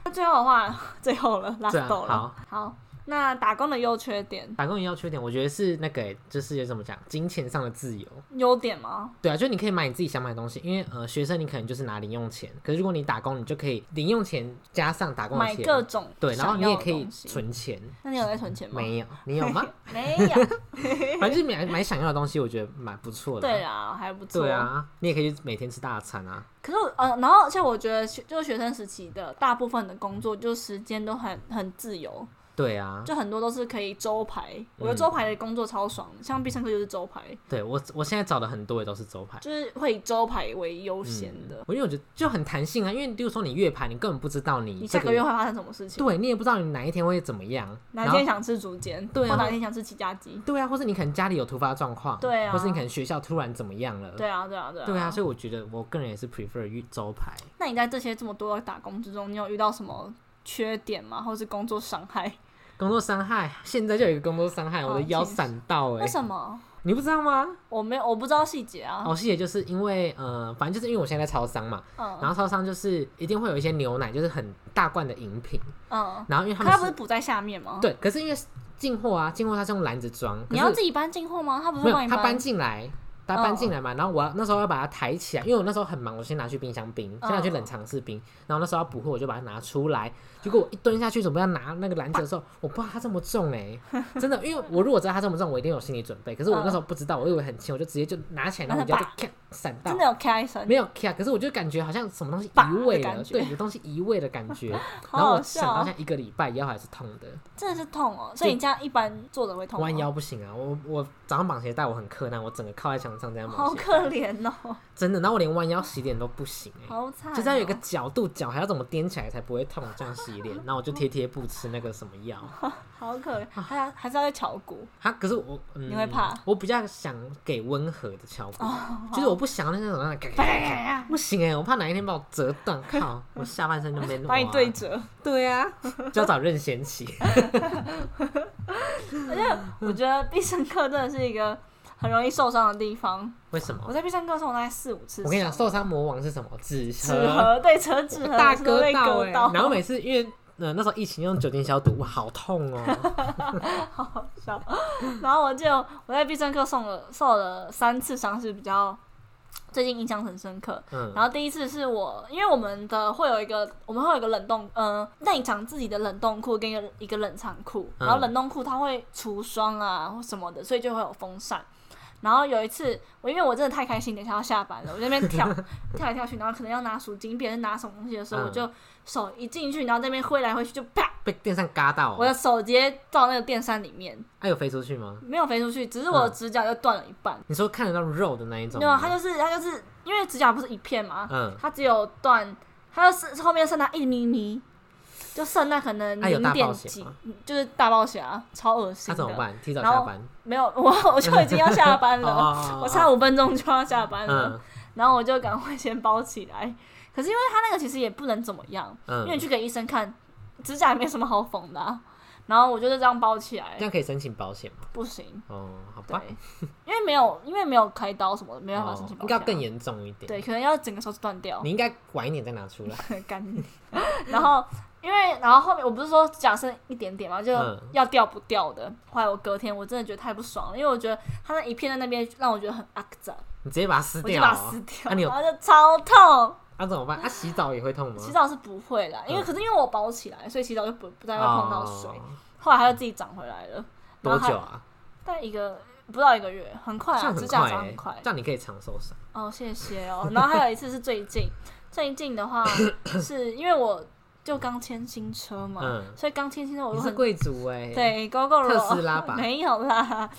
Speaker 2: 那最后的话，最后了
Speaker 1: 对啊
Speaker 2: ，last
Speaker 1: 好
Speaker 2: 了。好，那打工的优缺点，
Speaker 1: 打工也要缺点，我觉得是那个欸、就是有怎么讲，金钱上的自由。
Speaker 2: 优点吗？
Speaker 1: 对啊，就你可以买你自己想买的东西，因为呃，学生你可能就是拿零用钱，可是如果你打工，你就可以零用钱加上打工的
Speaker 2: 买
Speaker 1: 钱，
Speaker 2: 各种
Speaker 1: 对，然后
Speaker 2: 想
Speaker 1: 你
Speaker 2: 要
Speaker 1: 也
Speaker 2: 的
Speaker 1: 可以
Speaker 2: 东西。
Speaker 1: 存钱。
Speaker 2: 那你有在存钱吗？
Speaker 1: 没有，你有吗？
Speaker 2: 没有。
Speaker 1: 反正就是买买想要的东西，我觉得蛮不错的。
Speaker 2: 对 啊，还不错。
Speaker 1: 对啊，你也可以去每天吃大餐啊。
Speaker 2: 可是我呃，然后而且我觉得学就是学生时期的大部分的工作，就时间都很很自由，
Speaker 1: 对啊，
Speaker 2: 就很多都是可以周排。我觉得周排的工作超爽，像必胜客就是周排，
Speaker 1: 对我我现在找的很多也都是周牌。
Speaker 2: 就是会以周排为优先的。
Speaker 1: 我因为我觉得就很弹性啊，因为比如说你月牌，你根本不知道你
Speaker 2: 你
Speaker 1: 这
Speaker 2: 下个月会发生什么事情？
Speaker 1: 对你啊也不知道你哪一天会怎么样，
Speaker 2: 哪
Speaker 1: 然后
Speaker 2: 天想吃竹间，
Speaker 1: 对啊
Speaker 2: 或哪天想吃起家鸡，
Speaker 1: 对啊，或是你可能家里有突发状况，
Speaker 2: 对啊
Speaker 1: 或是你可能学校突然怎么样了，
Speaker 2: 对啊，对啊，对啊，
Speaker 1: 嗯对啊，所以我觉得我个人也是 prefer 月周牌。
Speaker 2: 那你在这些这么多的打工之中，你有遇到什么缺点吗？或是工作伤害？
Speaker 1: 工作伤害，现在就有一个工作伤害，我的
Speaker 2: 哦
Speaker 1: 腰
Speaker 2: 请
Speaker 1: 闪到哎、
Speaker 2: 为什么？
Speaker 1: 你不知道吗？
Speaker 2: 我没有，我不知道细节啊。
Speaker 1: 哦，细节就是因为呃，反正就是因为我现在在超商嘛，然
Speaker 2: 嗯
Speaker 1: 后超商就是一定会有一些牛奶，就是很大罐的饮品，
Speaker 2: 嗯，
Speaker 1: 然后因为他
Speaker 2: 可
Speaker 1: 们
Speaker 2: 它不是补在下面吗？，
Speaker 1: 对，可是因为进货啊，进货它是用篮子装，可
Speaker 2: 你要
Speaker 1: 是
Speaker 2: 自己搬进货吗？他不
Speaker 1: 没
Speaker 2: 哦是帮
Speaker 1: 有
Speaker 2: 你哦
Speaker 1: 他搬进来，他搬进来嘛，然后我要那时候要把它抬起来，因为我那时候很忙，我先拿去冰箱冰，
Speaker 2: 哦
Speaker 1: 先拿去冷藏室冰，然后那时候要补货，我就把它拿出来，结果我一蹲下去准备要拿那个篮子的时 候，我不知道它这么重哎、真的，因为我如果知道它这么重，我一定有心理准备，可
Speaker 2: 哦
Speaker 1: 是我那时候不知道，我以为很轻，我就直接就拿 起来，然后我
Speaker 2: 拿着
Speaker 1: 就
Speaker 2: 吧
Speaker 1: 咔闪到
Speaker 2: 真。的有开声，
Speaker 1: 没有咔，可是我就感觉好像什么 东西
Speaker 2: 吧
Speaker 1: 移位
Speaker 2: 的感
Speaker 1: 了，
Speaker 2: 觉
Speaker 1: 对，有东西移位的感 觉。然
Speaker 2: 好
Speaker 1: 后
Speaker 2: 好
Speaker 1: 我闪
Speaker 2: 笑
Speaker 1: 到
Speaker 2: 哦，
Speaker 1: 像一个礼拜，腰还是痛的。
Speaker 2: 真的是痛哦。所以你这样一般坐着会痛吗
Speaker 1: 弯，腰不行啊，我我早上绑鞋带我很困难，我整个靠在墙上这样绑
Speaker 2: 好
Speaker 1: 鞋，
Speaker 2: 可怜哦，
Speaker 1: 真的，然后我连弯腰洗脸都不行哎、
Speaker 2: 好惨哦。
Speaker 1: 就是要有一个角度，脚还要怎么踮起来才不会痛，这样洗 脸，然后我就贴贴布吃那个什么药
Speaker 2: 好可怜，还要还是要在敲 鼓
Speaker 1: 啊。可是我、嗯、
Speaker 2: 你会怕？
Speaker 1: 我比较想给温和的敲鼓，
Speaker 2: 哦。
Speaker 1: 就是我不想那种让人咔咔咔咔不行哎、我怕哪一天把我折断，靠，我下半身就没
Speaker 2: 把你
Speaker 1: 哇
Speaker 2: 对折，
Speaker 1: 对啊，就要找任贤齐。 嗯
Speaker 2: 我觉得必胜客真的是一个很容易受伤的地方。
Speaker 1: 为什么
Speaker 2: 我？在必胜客受大概四五次伤，
Speaker 1: 我跟你讲，受伤魔王是什么？纸
Speaker 2: 纸
Speaker 1: 盒。
Speaker 2: 盒对车纸盒
Speaker 1: 大
Speaker 2: 是不是
Speaker 1: 割
Speaker 2: 被
Speaker 1: 到哎、
Speaker 2: 割到，
Speaker 1: 然后每次因为呃那时候疫情用酒精消毒，哇，好痛哦。
Speaker 2: 笑 然后我就我在必胜客送了受了三次伤，是比较最近印象很深刻。
Speaker 1: 嗯，
Speaker 2: 然后第一次是我，因为我们的会有一个，我们会有一个冷冻，呃，内场自己的冷冻库跟一个一个冷藏库，
Speaker 1: 嗯
Speaker 2: 然后冷冻库它会除霜啊或什么的，所以就会有风扇。然后有一次，我因为我真的太开心，等一下要下班了，我在那边 跳跳来跳去，然后可能要拿赎金别人拿什么东西的时候，
Speaker 1: 嗯
Speaker 2: 我就手一进去，然后在那边挥来挥去，就啪，
Speaker 1: 被电扇嘎到、
Speaker 2: 我的
Speaker 1: 哦，
Speaker 2: 手直接到那个电扇里面，
Speaker 1: 它、有飞出去吗？
Speaker 2: 没有飞出去，只是我
Speaker 1: 嗯
Speaker 2: 的指甲就断了一半。
Speaker 1: 你说看得到肉的那一种
Speaker 2: 没有，啊
Speaker 1: 吗？
Speaker 2: 它就是它就是因为指甲不是一片嘛，
Speaker 1: 嗯，
Speaker 2: 它只有断，它就是后面剩它一咪咪，就剩那可能
Speaker 1: 它有
Speaker 2: 零
Speaker 1: 大
Speaker 2: 点
Speaker 1: 暴血
Speaker 2: 几
Speaker 1: 吗，
Speaker 2: 就是大暴血啊，超恶
Speaker 1: 那
Speaker 2: 心
Speaker 1: 怎么
Speaker 2: 的。
Speaker 1: 办？提早
Speaker 2: 然后
Speaker 1: 下班。
Speaker 2: 没有，我我就已经要下班了，
Speaker 1: 哦
Speaker 2: 我差五分钟就要下班了，
Speaker 1: 嗯
Speaker 2: 然后我就赶快先包起来。可是因为它那个其实也不能怎么样，因为
Speaker 1: 嗯
Speaker 2: 你，去给医生看，指甲也没什么好缝的啊、然后我就是这样包起来
Speaker 1: 嗯这，样可以申请保险吗？
Speaker 2: 不行，
Speaker 1: 哦，好
Speaker 2: 对
Speaker 1: 吧，，
Speaker 2: 因为没有因为没有开刀什么的，没办法申
Speaker 1: 哦
Speaker 2: 请保
Speaker 1: 应
Speaker 2: 险
Speaker 1: 该
Speaker 2: 啊。
Speaker 1: 要更严重一点。，
Speaker 2: 对，可能要整个手指断掉
Speaker 1: 你。应该晚一点再拿出来。
Speaker 2: 干你。 然后因为然后后面我不是说假剩一点点嘛，就
Speaker 1: 嗯
Speaker 2: 要掉不掉的。后来我隔天我真的觉得太不爽了，因为我觉得它那一片在那边让我觉得很肮脏，
Speaker 1: 你直接把它撕
Speaker 2: 我就
Speaker 1: 掉、
Speaker 2: 把它撕
Speaker 1: 哦。
Speaker 2: 掉，
Speaker 1: 啊你有
Speaker 2: 然后就超痛。
Speaker 1: 那、怎么办？啊，洗澡也会痛吗？
Speaker 2: 洗澡是不会啦，因为
Speaker 1: 嗯
Speaker 2: 可是因为我包起来，所以洗澡就不不再会碰到水。
Speaker 1: 哦
Speaker 2: 后来它就自己长回来了，然
Speaker 1: 多
Speaker 2: 后它
Speaker 1: 久啊？
Speaker 2: 但一个不到一个月，很快
Speaker 1: 这
Speaker 2: 啊，
Speaker 1: 样
Speaker 2: 指
Speaker 1: 很
Speaker 2: 甲
Speaker 1: 快、
Speaker 2: 长
Speaker 1: 欸
Speaker 2: 很快，
Speaker 1: 这。样你可以长受伤。
Speaker 2: 哦，谢谢哦。然后还有一次是最近，最近的 话是因为我就刚签新车嘛，
Speaker 1: 嗯
Speaker 2: 所以刚签新车我
Speaker 1: 你
Speaker 2: 就是很
Speaker 1: 贵族哎、，
Speaker 2: 对 g o g o
Speaker 1: 特斯拉吧
Speaker 2: 没有啦，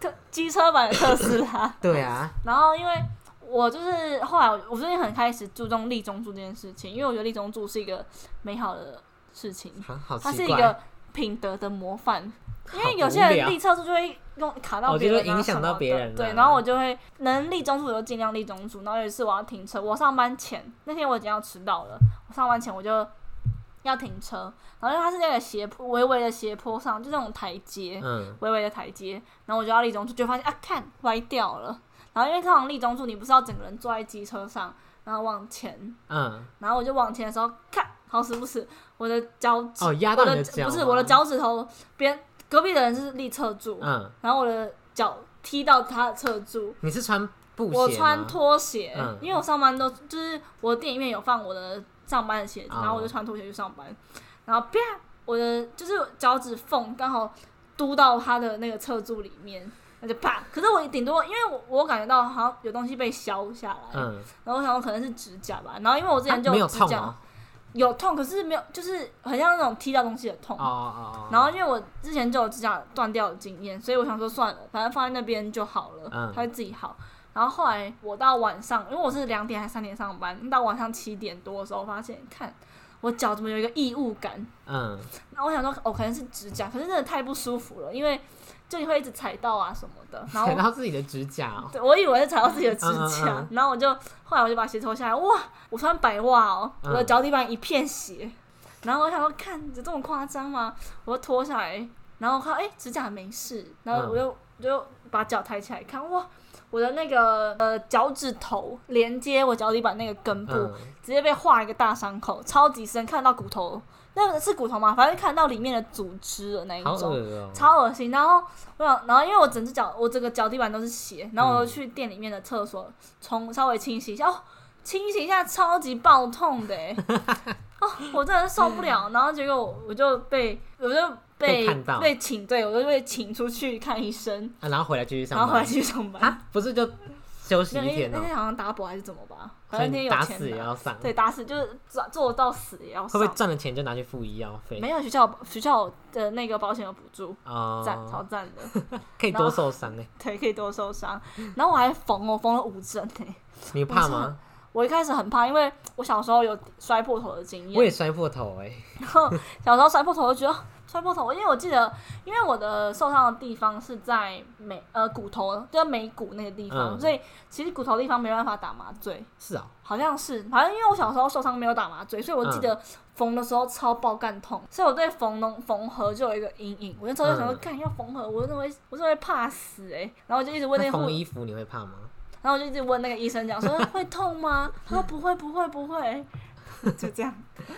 Speaker 2: 特机车版的特斯拉。
Speaker 1: 对啊，
Speaker 2: 然后因为我就是后来我我最近很开始注重立中柱这件事情，因为我觉得立中柱是一个美好的事情，
Speaker 1: 好好奇怪。
Speaker 2: 它是一个品德的模范。因为
Speaker 1: 好
Speaker 2: 有
Speaker 1: 无
Speaker 2: 些人
Speaker 1: 聊
Speaker 2: 立侧柱就会用卡到
Speaker 1: 哦
Speaker 2: 别
Speaker 1: 就
Speaker 2: 人
Speaker 1: 会
Speaker 2: 啊什么的，
Speaker 1: 影响到别人啊
Speaker 2: 对，然后我就会能立中柱我就尽量立中柱。然后有一次我要停车，我上班前那天我已经要迟到了，我上班前我就要停车，然后因为它是那个斜坡，微微的斜坡上，就那种台阶，
Speaker 1: 嗯，
Speaker 2: 微微的台阶，然后我就要立中柱，就发现啊，看歪掉了。然后因为通常立中柱，你不是要整个人坐在机车上，然后往前，
Speaker 1: 嗯，
Speaker 2: 然后我就往前的时候，看好死不死，我的脚趾，
Speaker 1: 哦，压
Speaker 2: 我
Speaker 1: 到你
Speaker 2: 的
Speaker 1: 脚吗，
Speaker 2: 不是我的脚趾头边隔壁的人是立侧柱，
Speaker 1: 嗯，
Speaker 2: 然后我的脚踢到他的侧柱，
Speaker 1: 你是穿布鞋吗
Speaker 2: 我穿拖鞋，
Speaker 1: 嗯
Speaker 2: 因为我上班都就是我的店里面有放我的上班的鞋子，
Speaker 1: 哦
Speaker 2: 然后我就穿拖鞋去上班，然后啪，我的就是脚趾缝刚好嘟到他的那个侧柱里面，那就啪。可是我顶多因为我我感觉到好像有东西被削下来，
Speaker 1: 嗯，
Speaker 2: 然后我想说可能是指甲吧，然后因为我之前就
Speaker 1: 啊没有
Speaker 2: 指
Speaker 1: 痛
Speaker 2: 甲、
Speaker 1: 哦，
Speaker 2: 有痛，可是没有就是很像那种踢到东西的痛
Speaker 1: 哦。哦哦，
Speaker 2: 然后因为我之前就有指甲断掉的经验，所以我想说算了，反正放在那边就好了，
Speaker 1: 嗯
Speaker 2: 它会自己好。然后后来我到晚上，因为我是两点还是三点上班，到晚上七点多的时候，我发现看我脚怎么有一个异物感，
Speaker 1: 嗯，
Speaker 2: 然后我想说哦可能是指甲，可是真的太不舒服了，因为就你会一直踩到啊什么的，然后
Speaker 1: 踩到自己的指甲哦，
Speaker 2: 对，我以为是踩到自己的指甲，
Speaker 1: 嗯嗯
Speaker 2: 然后我就后来我就把鞋脱下来，哇，我穿白袜哦，
Speaker 1: 嗯
Speaker 2: 我的脚底板一片血，然后我想说，看有这么夸张吗？我就脱下来，然后看，哎、指甲没事，然后我就、我就把脚抬起来看，哇，我的那个呃脚趾头连接我脚底板那个根部，
Speaker 1: 嗯，
Speaker 2: 直接被划一个大伤口，超级深，看到骨头，那个是骨头吗？反正看到里面的组织的那一
Speaker 1: 好
Speaker 2: 种
Speaker 1: 恶，哦，
Speaker 2: 超恶心。然后我想，然后因为我整只脚，我整个脚底板都是血，然
Speaker 1: 嗯
Speaker 2: 后我就去店里面的厕所冲稍微清洗一下，哦，清洗一下超级爆痛的欸，哦，我真的受不了。然后结果我我就被我就
Speaker 1: 被
Speaker 2: 被
Speaker 1: 看到
Speaker 2: 被请，对我就被请出去看医生，
Speaker 1: 啊然后回来继续
Speaker 2: 然
Speaker 1: 上
Speaker 2: 后回
Speaker 1: 班
Speaker 2: 来，去上班。
Speaker 1: 啊，不是就休息
Speaker 2: 那
Speaker 1: 一
Speaker 2: 天
Speaker 1: 天
Speaker 2: 那
Speaker 1: 哦，
Speaker 2: 天好像打保还是怎么吧，
Speaker 1: 所
Speaker 2: 反
Speaker 1: 以
Speaker 2: 正那天
Speaker 1: 你
Speaker 2: 有
Speaker 1: 打
Speaker 2: 钱
Speaker 1: 死也
Speaker 2: 拿
Speaker 1: 要上，
Speaker 2: 对，打死就是做做到死也要
Speaker 1: 会不
Speaker 2: 上。
Speaker 1: 会赚了钱就拿去付医药费？
Speaker 2: 没有学校学校的那个保险有补助，赞、超
Speaker 1: 哦，
Speaker 2: 赞的。
Speaker 1: 可以多受伤呢，欸
Speaker 2: 腿可以多受伤。然后我还缝哦，缝了五针呢、
Speaker 1: 你怕吗？
Speaker 2: 我一开始很怕，因为我小时候有摔破头的经
Speaker 1: 我也
Speaker 2: 验，
Speaker 1: 摔破头哎，
Speaker 2: 然后小时候摔破头就觉得。啊摔破头，因为我记得，因为我的受伤的地方是在眉呃骨头，就是眉骨那个地方，
Speaker 1: 嗯
Speaker 2: 所以其实骨头地方没办法打麻醉，
Speaker 1: 是哦，
Speaker 2: 好像是，反正因为我小时候受伤没有打麻醉，所以我
Speaker 1: 嗯
Speaker 2: 记得缝的时候超爆干痛，所以我对缝龙缝合就有一个阴影。我那时候就想说，
Speaker 1: 嗯
Speaker 2: 看、要缝合，我真的会，我真的会怕死哎、然后我就一直问那
Speaker 1: 那
Speaker 2: 个护
Speaker 1: 缝衣服你会怕吗？
Speaker 2: 然后我就一直问那个医 生讲说会痛吗？他说不会不会不会，就这样。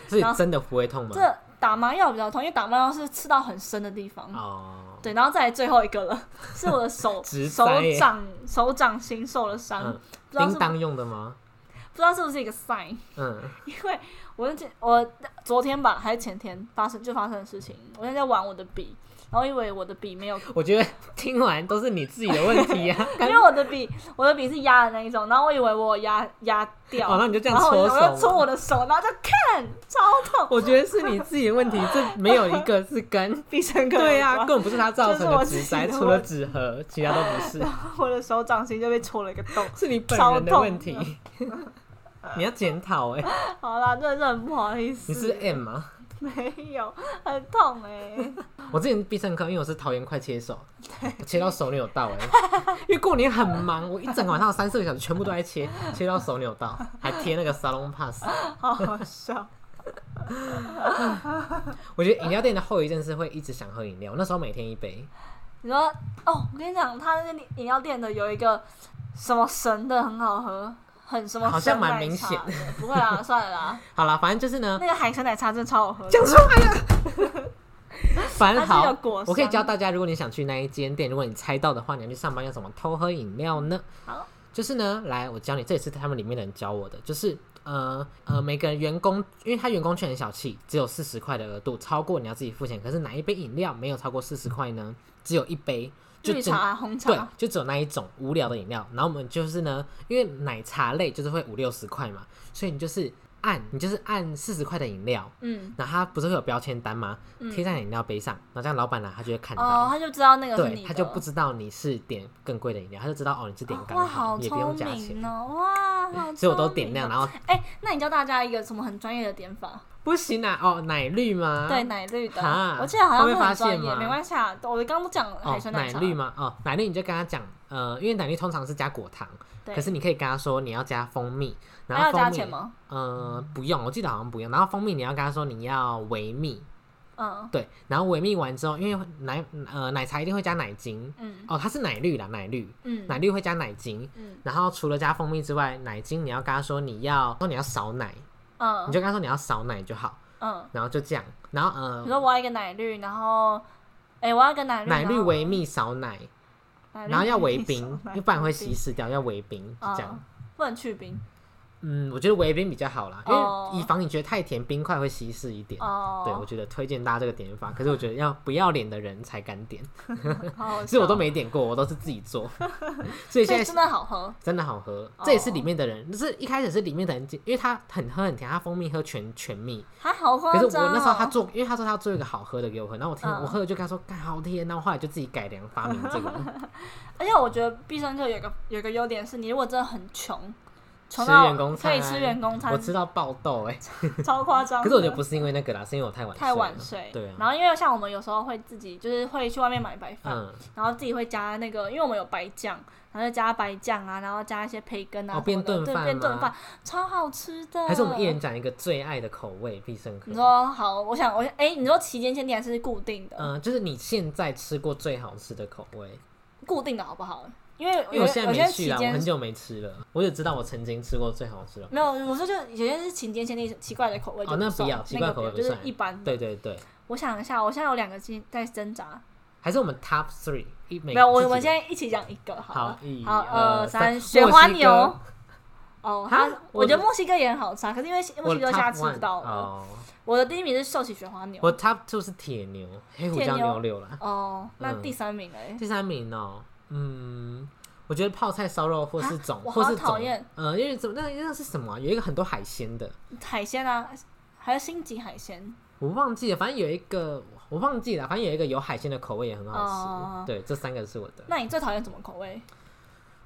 Speaker 1: 所以
Speaker 2: 然后
Speaker 1: 真的不会痛吗？
Speaker 2: 这打麻药比较痛，因为打麻药是刺到很深的地方。
Speaker 1: 哦，
Speaker 2: 对，然后再来最后一个了，是我 的手
Speaker 1: 直
Speaker 2: 手
Speaker 1: 塞耶
Speaker 2: 掌手掌心受了伤，
Speaker 1: 嗯
Speaker 2: 不知道是
Speaker 1: 叮
Speaker 2: 不
Speaker 1: 当用的吗？
Speaker 2: 不知道是不是一个 sign，
Speaker 1: 嗯，
Speaker 2: 因为我那天我昨天吧还是前天发生就发生的事情，我现在在玩我的笔，然后因为我的笔 没有
Speaker 1: 我觉得听完都是你自己的问题啊 呀、
Speaker 2: 因为我的笔，我的笔是压的那一种，然后我以为我有压压掉，
Speaker 1: 哦那你就这样
Speaker 2: 然后我就
Speaker 1: 搓
Speaker 2: 我
Speaker 1: 手
Speaker 2: 就搓我的手，然后就 看，超痛，
Speaker 1: 我觉得是你自己的问题，这没有一个是跟
Speaker 2: 必胜客
Speaker 1: 对啊呀、
Speaker 2: 呀、
Speaker 1: 根本不是他造成
Speaker 2: 这是我
Speaker 1: 的
Speaker 2: 自己
Speaker 1: 纸
Speaker 2: 的
Speaker 1: 塞，
Speaker 2: 问
Speaker 1: 除了纸盒，其他都不是，
Speaker 2: 我的手掌心就被戳了一个 洞。
Speaker 1: 是你本
Speaker 2: 超
Speaker 1: 人的
Speaker 2: 痛
Speaker 1: 问 题。你要检讨哎，
Speaker 2: 好啦，真的是很不好意思。
Speaker 1: 你 是 M 吗？
Speaker 2: 没有，很痛哎、
Speaker 1: 我之前必胜客，因为我是桃园快切手，我切到手扭到 哎，因为过年很忙，我一整个晚上有三四个小时全部都在切，切到手扭到，还贴那个沙龙 pass。
Speaker 2: 好好笑。
Speaker 1: 我觉得饮料店的后遗症是会一直想喝饮料，我那时候每天一杯，
Speaker 2: 你说哦，我跟你讲，他那个饮料店的有一个什么神的很好喝，很什么
Speaker 1: 好像
Speaker 2: 神
Speaker 1: 蛮
Speaker 2: 奶
Speaker 1: 明
Speaker 2: 茶
Speaker 1: 显
Speaker 2: 的。不会啦，算 了啦，
Speaker 1: 好啦，反正就是呢，
Speaker 2: 那个海参奶茶真的超好喝的。
Speaker 1: 讲出来了。反正
Speaker 2: 它是有
Speaker 1: 好
Speaker 2: 果，
Speaker 1: 我可以
Speaker 2: 香
Speaker 1: 教大家，如果你想去那一间店，如果你猜到的话，你要去上班要怎么偷喝饮料呢？
Speaker 2: 好，
Speaker 1: 就是呢，来，我教你，这也是他们里面的人教我的，就是呃呃，每个员工，因为他员工券很小气，只有四十块的额度，超过你要自己付钱。可是哪一杯饮料没有超过四十块呢？只有一杯，就
Speaker 2: 绿
Speaker 1: 整
Speaker 2: 茶、啊红茶
Speaker 1: 对，就只有那一种无聊的饮料。然后我们就是呢，因为奶茶类就是会五六十块嘛，所以你就是按你就是按四十块的饮料，
Speaker 2: 嗯，
Speaker 1: 然后它不是会有标签单吗？
Speaker 2: 嗯
Speaker 1: 贴在饮料杯上，然后这样老板呢，他就会看到，
Speaker 2: 哦，他就知道那个是你
Speaker 1: 对，
Speaker 2: 的，啊
Speaker 1: 他就不知道你是点更贵的饮料，他就知道哦你是点
Speaker 2: 哇，
Speaker 1: 刚
Speaker 2: 好
Speaker 1: 也不用
Speaker 2: 聪
Speaker 1: 加钱
Speaker 2: 明，哦！哇，好
Speaker 1: 所以我都点那样，
Speaker 2: 了。
Speaker 1: 然后
Speaker 2: 哎、那你教大家一个什么很专业的点法？
Speaker 1: 不行啊，哦奶绿吗？
Speaker 2: 对，，奶绿的
Speaker 1: 哈，
Speaker 2: 我记得好像
Speaker 1: 会
Speaker 2: 是
Speaker 1: 被发
Speaker 2: 很专
Speaker 1: 现
Speaker 2: 业，
Speaker 1: 吗
Speaker 2: 没关系啊。我刚刚不讲
Speaker 1: 哦
Speaker 2: 海参
Speaker 1: 奶
Speaker 2: 茶，
Speaker 1: 绿吗？哦奶绿你就跟他讲，呃，因为奶绿通常是加果糖，
Speaker 2: 对
Speaker 1: 可是你可以跟他说你要加蜂蜜，然
Speaker 2: 还
Speaker 1: 后
Speaker 2: 要加
Speaker 1: 蜂蜜
Speaker 2: 钱。吗？
Speaker 1: 呃，不用，我记得好像不用。然后蜂蜜你要跟他说你要维密，
Speaker 2: 嗯
Speaker 1: 对，然后维密完之后，因为奶呃奶茶一定会加奶精，
Speaker 2: 嗯
Speaker 1: 哦，它是奶绿啦，奶绿，
Speaker 2: 嗯
Speaker 1: 奶绿会加奶精，
Speaker 2: 嗯
Speaker 1: 然后除了加蜂蜜之外，奶精你要跟他说你要说你要少奶，你
Speaker 2: 嗯
Speaker 1: 就跟他说你要少奶就好，
Speaker 2: 嗯，
Speaker 1: 然后就这样，然后
Speaker 2: 比如
Speaker 1: 呃，
Speaker 2: 说我要一个奶绿，然后哎、我要一个奶绿，
Speaker 1: 奶
Speaker 2: 然
Speaker 1: 绿
Speaker 2: 后
Speaker 1: 微蜜少奶，
Speaker 2: 奶绿
Speaker 1: 然后要
Speaker 2: 微
Speaker 1: 微
Speaker 2: 蜜
Speaker 1: 冰
Speaker 2: 少，奶
Speaker 1: 要不然会
Speaker 2: 微
Speaker 1: 稀
Speaker 2: 冰
Speaker 1: 释掉，要微冰是这样
Speaker 2: 嗯。不能去冰
Speaker 1: 嗯，我觉得微冰比较好啦，因
Speaker 2: 哦
Speaker 1: 为以防你觉得太甜，冰块会稀释一点。
Speaker 2: 哦。
Speaker 1: 对，我觉得推荐大家这个点法，可是我觉得要不要脸的人才敢点，
Speaker 2: 哦好好
Speaker 1: 其实我都
Speaker 2: 笑
Speaker 1: 没点过，我都是自己做， 所以
Speaker 2: 所
Speaker 1: 现在
Speaker 2: 以哦真的好喝
Speaker 1: 真的好喝
Speaker 2: 哦。
Speaker 1: 这也是里面的人，就是一开始是里面的人，因为他很喝很甜，他蜂蜜喝全全蜜。
Speaker 2: 还好喝、哦
Speaker 1: 可是我那时候他做，因为他说他要做一个好喝的给我喝，然后我听
Speaker 2: 啊嗯
Speaker 1: 我喝了就跟他说，干好甜，然后后来就自己改良发明这 个，
Speaker 2: 而且我觉得必胜客有一个有一个优点是，你如果真的很穷，穷
Speaker 1: 吃
Speaker 2: 到
Speaker 1: 员工
Speaker 2: 可
Speaker 1: 餐，
Speaker 2: 以吃员工餐
Speaker 1: 我，吃到爆痘哎、
Speaker 2: 超夸张的。
Speaker 1: 可是我觉得不是因为那个啦，是因为我太晚
Speaker 2: 太晚
Speaker 1: 了
Speaker 2: 睡，
Speaker 1: 对啊，
Speaker 2: 然后因为像我们有时候会自己就是会去外面买白饭，
Speaker 1: 嗯，
Speaker 2: 然后自己会加那个，因为我们有白酱，然后就加白酱啊，然后加一些培根啊
Speaker 1: 哦
Speaker 2: 什么的，
Speaker 1: 变炖
Speaker 2: 对，
Speaker 1: 饭
Speaker 2: 变炖
Speaker 1: 吗
Speaker 2: 饭，超好吃的。
Speaker 1: 还是我们一人讲一个最爱的口味必胜客
Speaker 2: 你。说好，我想我想，哎、你说期间限定还是固定的？
Speaker 1: 嗯，就是你现在吃过最好吃的口味，
Speaker 2: 固定的好不好？因为
Speaker 1: 因为
Speaker 2: 有
Speaker 1: 我现在
Speaker 2: 些有
Speaker 1: 没
Speaker 2: 些
Speaker 1: 去
Speaker 2: 期
Speaker 1: 啦，我
Speaker 2: 间
Speaker 1: 很久没吃了，我只知道我曾经吃过最好吃的。
Speaker 2: 没有，我说就有些是期间限定奇怪的口味就
Speaker 1: 哦那不
Speaker 2: 算
Speaker 1: 要奇怪
Speaker 2: 那个
Speaker 1: 口味
Speaker 2: 不要
Speaker 1: 不
Speaker 2: 就是
Speaker 1: 算
Speaker 2: 一般的。
Speaker 1: 对对对，
Speaker 2: 我想一下，我现在有两个在在挣扎，
Speaker 1: 还是我们 top three 一每
Speaker 2: 没有，我
Speaker 1: 自己
Speaker 2: 我们现在一起讲一个好了
Speaker 1: 好一
Speaker 2: 好，
Speaker 1: 二
Speaker 2: 三，
Speaker 1: 三
Speaker 2: 雪花
Speaker 1: 墨西哥
Speaker 2: 牛。哦，它
Speaker 1: 哈
Speaker 2: 我觉得
Speaker 1: 啊我
Speaker 2: 墨西哥也很好吃啊，可是因为墨
Speaker 1: 我
Speaker 2: 西哥
Speaker 1: top
Speaker 2: 现在吃
Speaker 1: one，
Speaker 2: 不到了。
Speaker 1: 哦，
Speaker 2: 我的第一名是寿喜雪花牛。
Speaker 1: 我 top two 是铁牛黑胡椒
Speaker 2: 铁牛
Speaker 1: 牛柳啦，
Speaker 2: 哦，那
Speaker 1: 嗯
Speaker 2: 第三名嘞？
Speaker 1: 第三名哦，嗯。我觉得泡菜烧肉或是
Speaker 2: 啊
Speaker 1: 种，
Speaker 2: 我
Speaker 1: 或
Speaker 2: 好
Speaker 1: 是
Speaker 2: 讨
Speaker 1: 种
Speaker 2: 厌，
Speaker 1: 呃，因为怎么那那是什么啊、有一个很多海鲜的，
Speaker 2: 海鲜啊，还有星级海鲜。
Speaker 1: 我忘记了，反正有一个我忘记了，反正有一个有海鲜的口味也很好吃。
Speaker 2: 哦
Speaker 1: 对，这三个是我的。
Speaker 2: 那你最讨厌什么口味？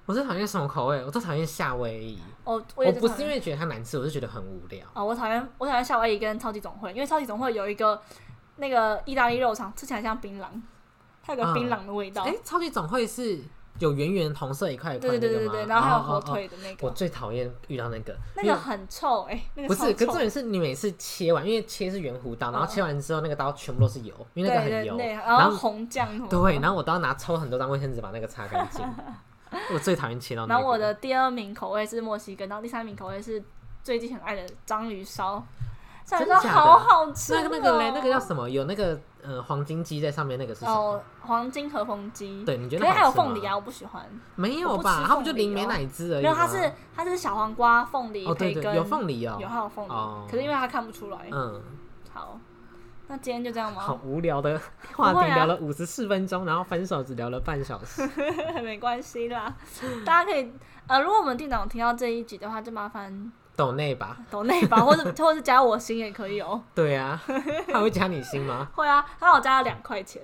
Speaker 1: 我最讨厌什么口味？我最讨厌夏威夷。
Speaker 2: 哦，我
Speaker 1: 我
Speaker 2: 也最
Speaker 1: 不
Speaker 2: 讨
Speaker 1: 是
Speaker 2: 厌
Speaker 1: 因为觉得它难吃，我是觉得很无聊。
Speaker 2: 哦，我讨厌我讨厌夏威夷跟超级总会，因为超级总会有一个那个意大利肉肠，吃起来像槟榔，它有个
Speaker 1: 嗯
Speaker 2: 槟榔的味道。
Speaker 1: 哎、超级总会是有圆圆红色一块一块
Speaker 2: 对对
Speaker 1: 那
Speaker 2: 对
Speaker 1: 个吗？
Speaker 2: 对对，然后还有
Speaker 1: 哦
Speaker 2: 火。
Speaker 1: 哦哦
Speaker 2: 腿的那
Speaker 1: 我
Speaker 2: 个，
Speaker 1: 最讨厌遇到那个，
Speaker 2: 那
Speaker 1: 因
Speaker 2: 个
Speaker 1: 为
Speaker 2: 很臭哎，那个
Speaker 1: 不是，可
Speaker 2: 超
Speaker 1: 重
Speaker 2: 臭
Speaker 1: 点是你每次切完，因为切是圆弧刀，然后
Speaker 2: 嗯
Speaker 1: 切完之后那个刀全部都是油，因为那个
Speaker 2: 对
Speaker 1: 很
Speaker 2: 对
Speaker 1: 油，
Speaker 2: 对，
Speaker 1: 然
Speaker 2: 然后
Speaker 1: 后
Speaker 2: 红酱什么的
Speaker 1: 对，然后我都要拿抽很多张卫生纸把那个擦 干净。我最讨厌切到那
Speaker 2: 然
Speaker 1: 个。
Speaker 2: 后我的第二名口味是墨西哥，然后第三名口味是最近很爱的章鱼烧，章鱼
Speaker 1: 真
Speaker 2: 烧
Speaker 1: 的假的
Speaker 2: 好好吃哦、
Speaker 1: 那个那个嘞，那个叫什么？有那个呃黄金鸡在上面那个是什么？
Speaker 2: 哦，黄金和风鸡，
Speaker 1: 对，你觉
Speaker 2: 可
Speaker 1: 得
Speaker 2: 是还有
Speaker 1: 好吃吗
Speaker 2: 凤梨啊，我不喜欢。
Speaker 1: 没有
Speaker 2: 我不吃
Speaker 1: 吧？它不就
Speaker 2: 凤梨
Speaker 1: 零美
Speaker 2: 哦
Speaker 1: 奶汁而已
Speaker 2: 没有，它
Speaker 1: 吗
Speaker 2: 是它是小黄瓜、凤梨、
Speaker 1: 哦，对
Speaker 2: 培根，
Speaker 1: 对，有凤梨哦
Speaker 2: 有，还有凤梨，哦
Speaker 1: 哦
Speaker 2: 可是因为它看不出来。
Speaker 1: 嗯，
Speaker 2: 好，那今天就这样
Speaker 1: 好
Speaker 2: 吗？
Speaker 1: 无聊的话
Speaker 2: 不会
Speaker 1: 题，
Speaker 2: 啊
Speaker 1: 聊了五十四分钟，然后分手只聊了半小时。
Speaker 2: 没关系啦，大家可以呃，如果我们店长有听到这一集的话，就麻烦
Speaker 1: 抖内吧，
Speaker 2: 抖内吧，或者或者是 加我心也可以哦。
Speaker 1: 对啊， 他会加你薪 吗？
Speaker 2: 会啊，他有加了两块钱，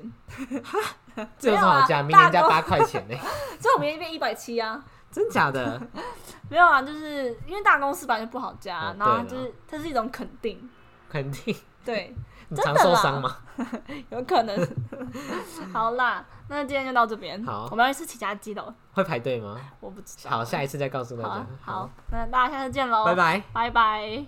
Speaker 1: 这有什么好加？
Speaker 2: 没
Speaker 1: 明
Speaker 2: 有啊
Speaker 1: 年加八块 钱呢、
Speaker 2: 所以我们也变一百七啊。
Speaker 1: 真假的？
Speaker 2: 没有啊，就是因为大公司本来就不好加，
Speaker 1: 哦
Speaker 2: 然后
Speaker 1: 对
Speaker 2: 就是它是一种肯定，
Speaker 1: 肯定，
Speaker 2: 对，
Speaker 1: 你
Speaker 2: 真
Speaker 1: 常
Speaker 2: 的啦
Speaker 1: 受伤吗？
Speaker 2: 有可能。 好啦，那今天就到这边。
Speaker 1: 好
Speaker 2: 我们要去吃起家鸡了，
Speaker 1: 会排队吗？
Speaker 2: 我不知道。
Speaker 1: 好，下一次再告诉大
Speaker 2: 好
Speaker 1: 家
Speaker 2: 啊。好，那大家下次见喽，
Speaker 1: 拜，拜。
Speaker 2: 拜拜。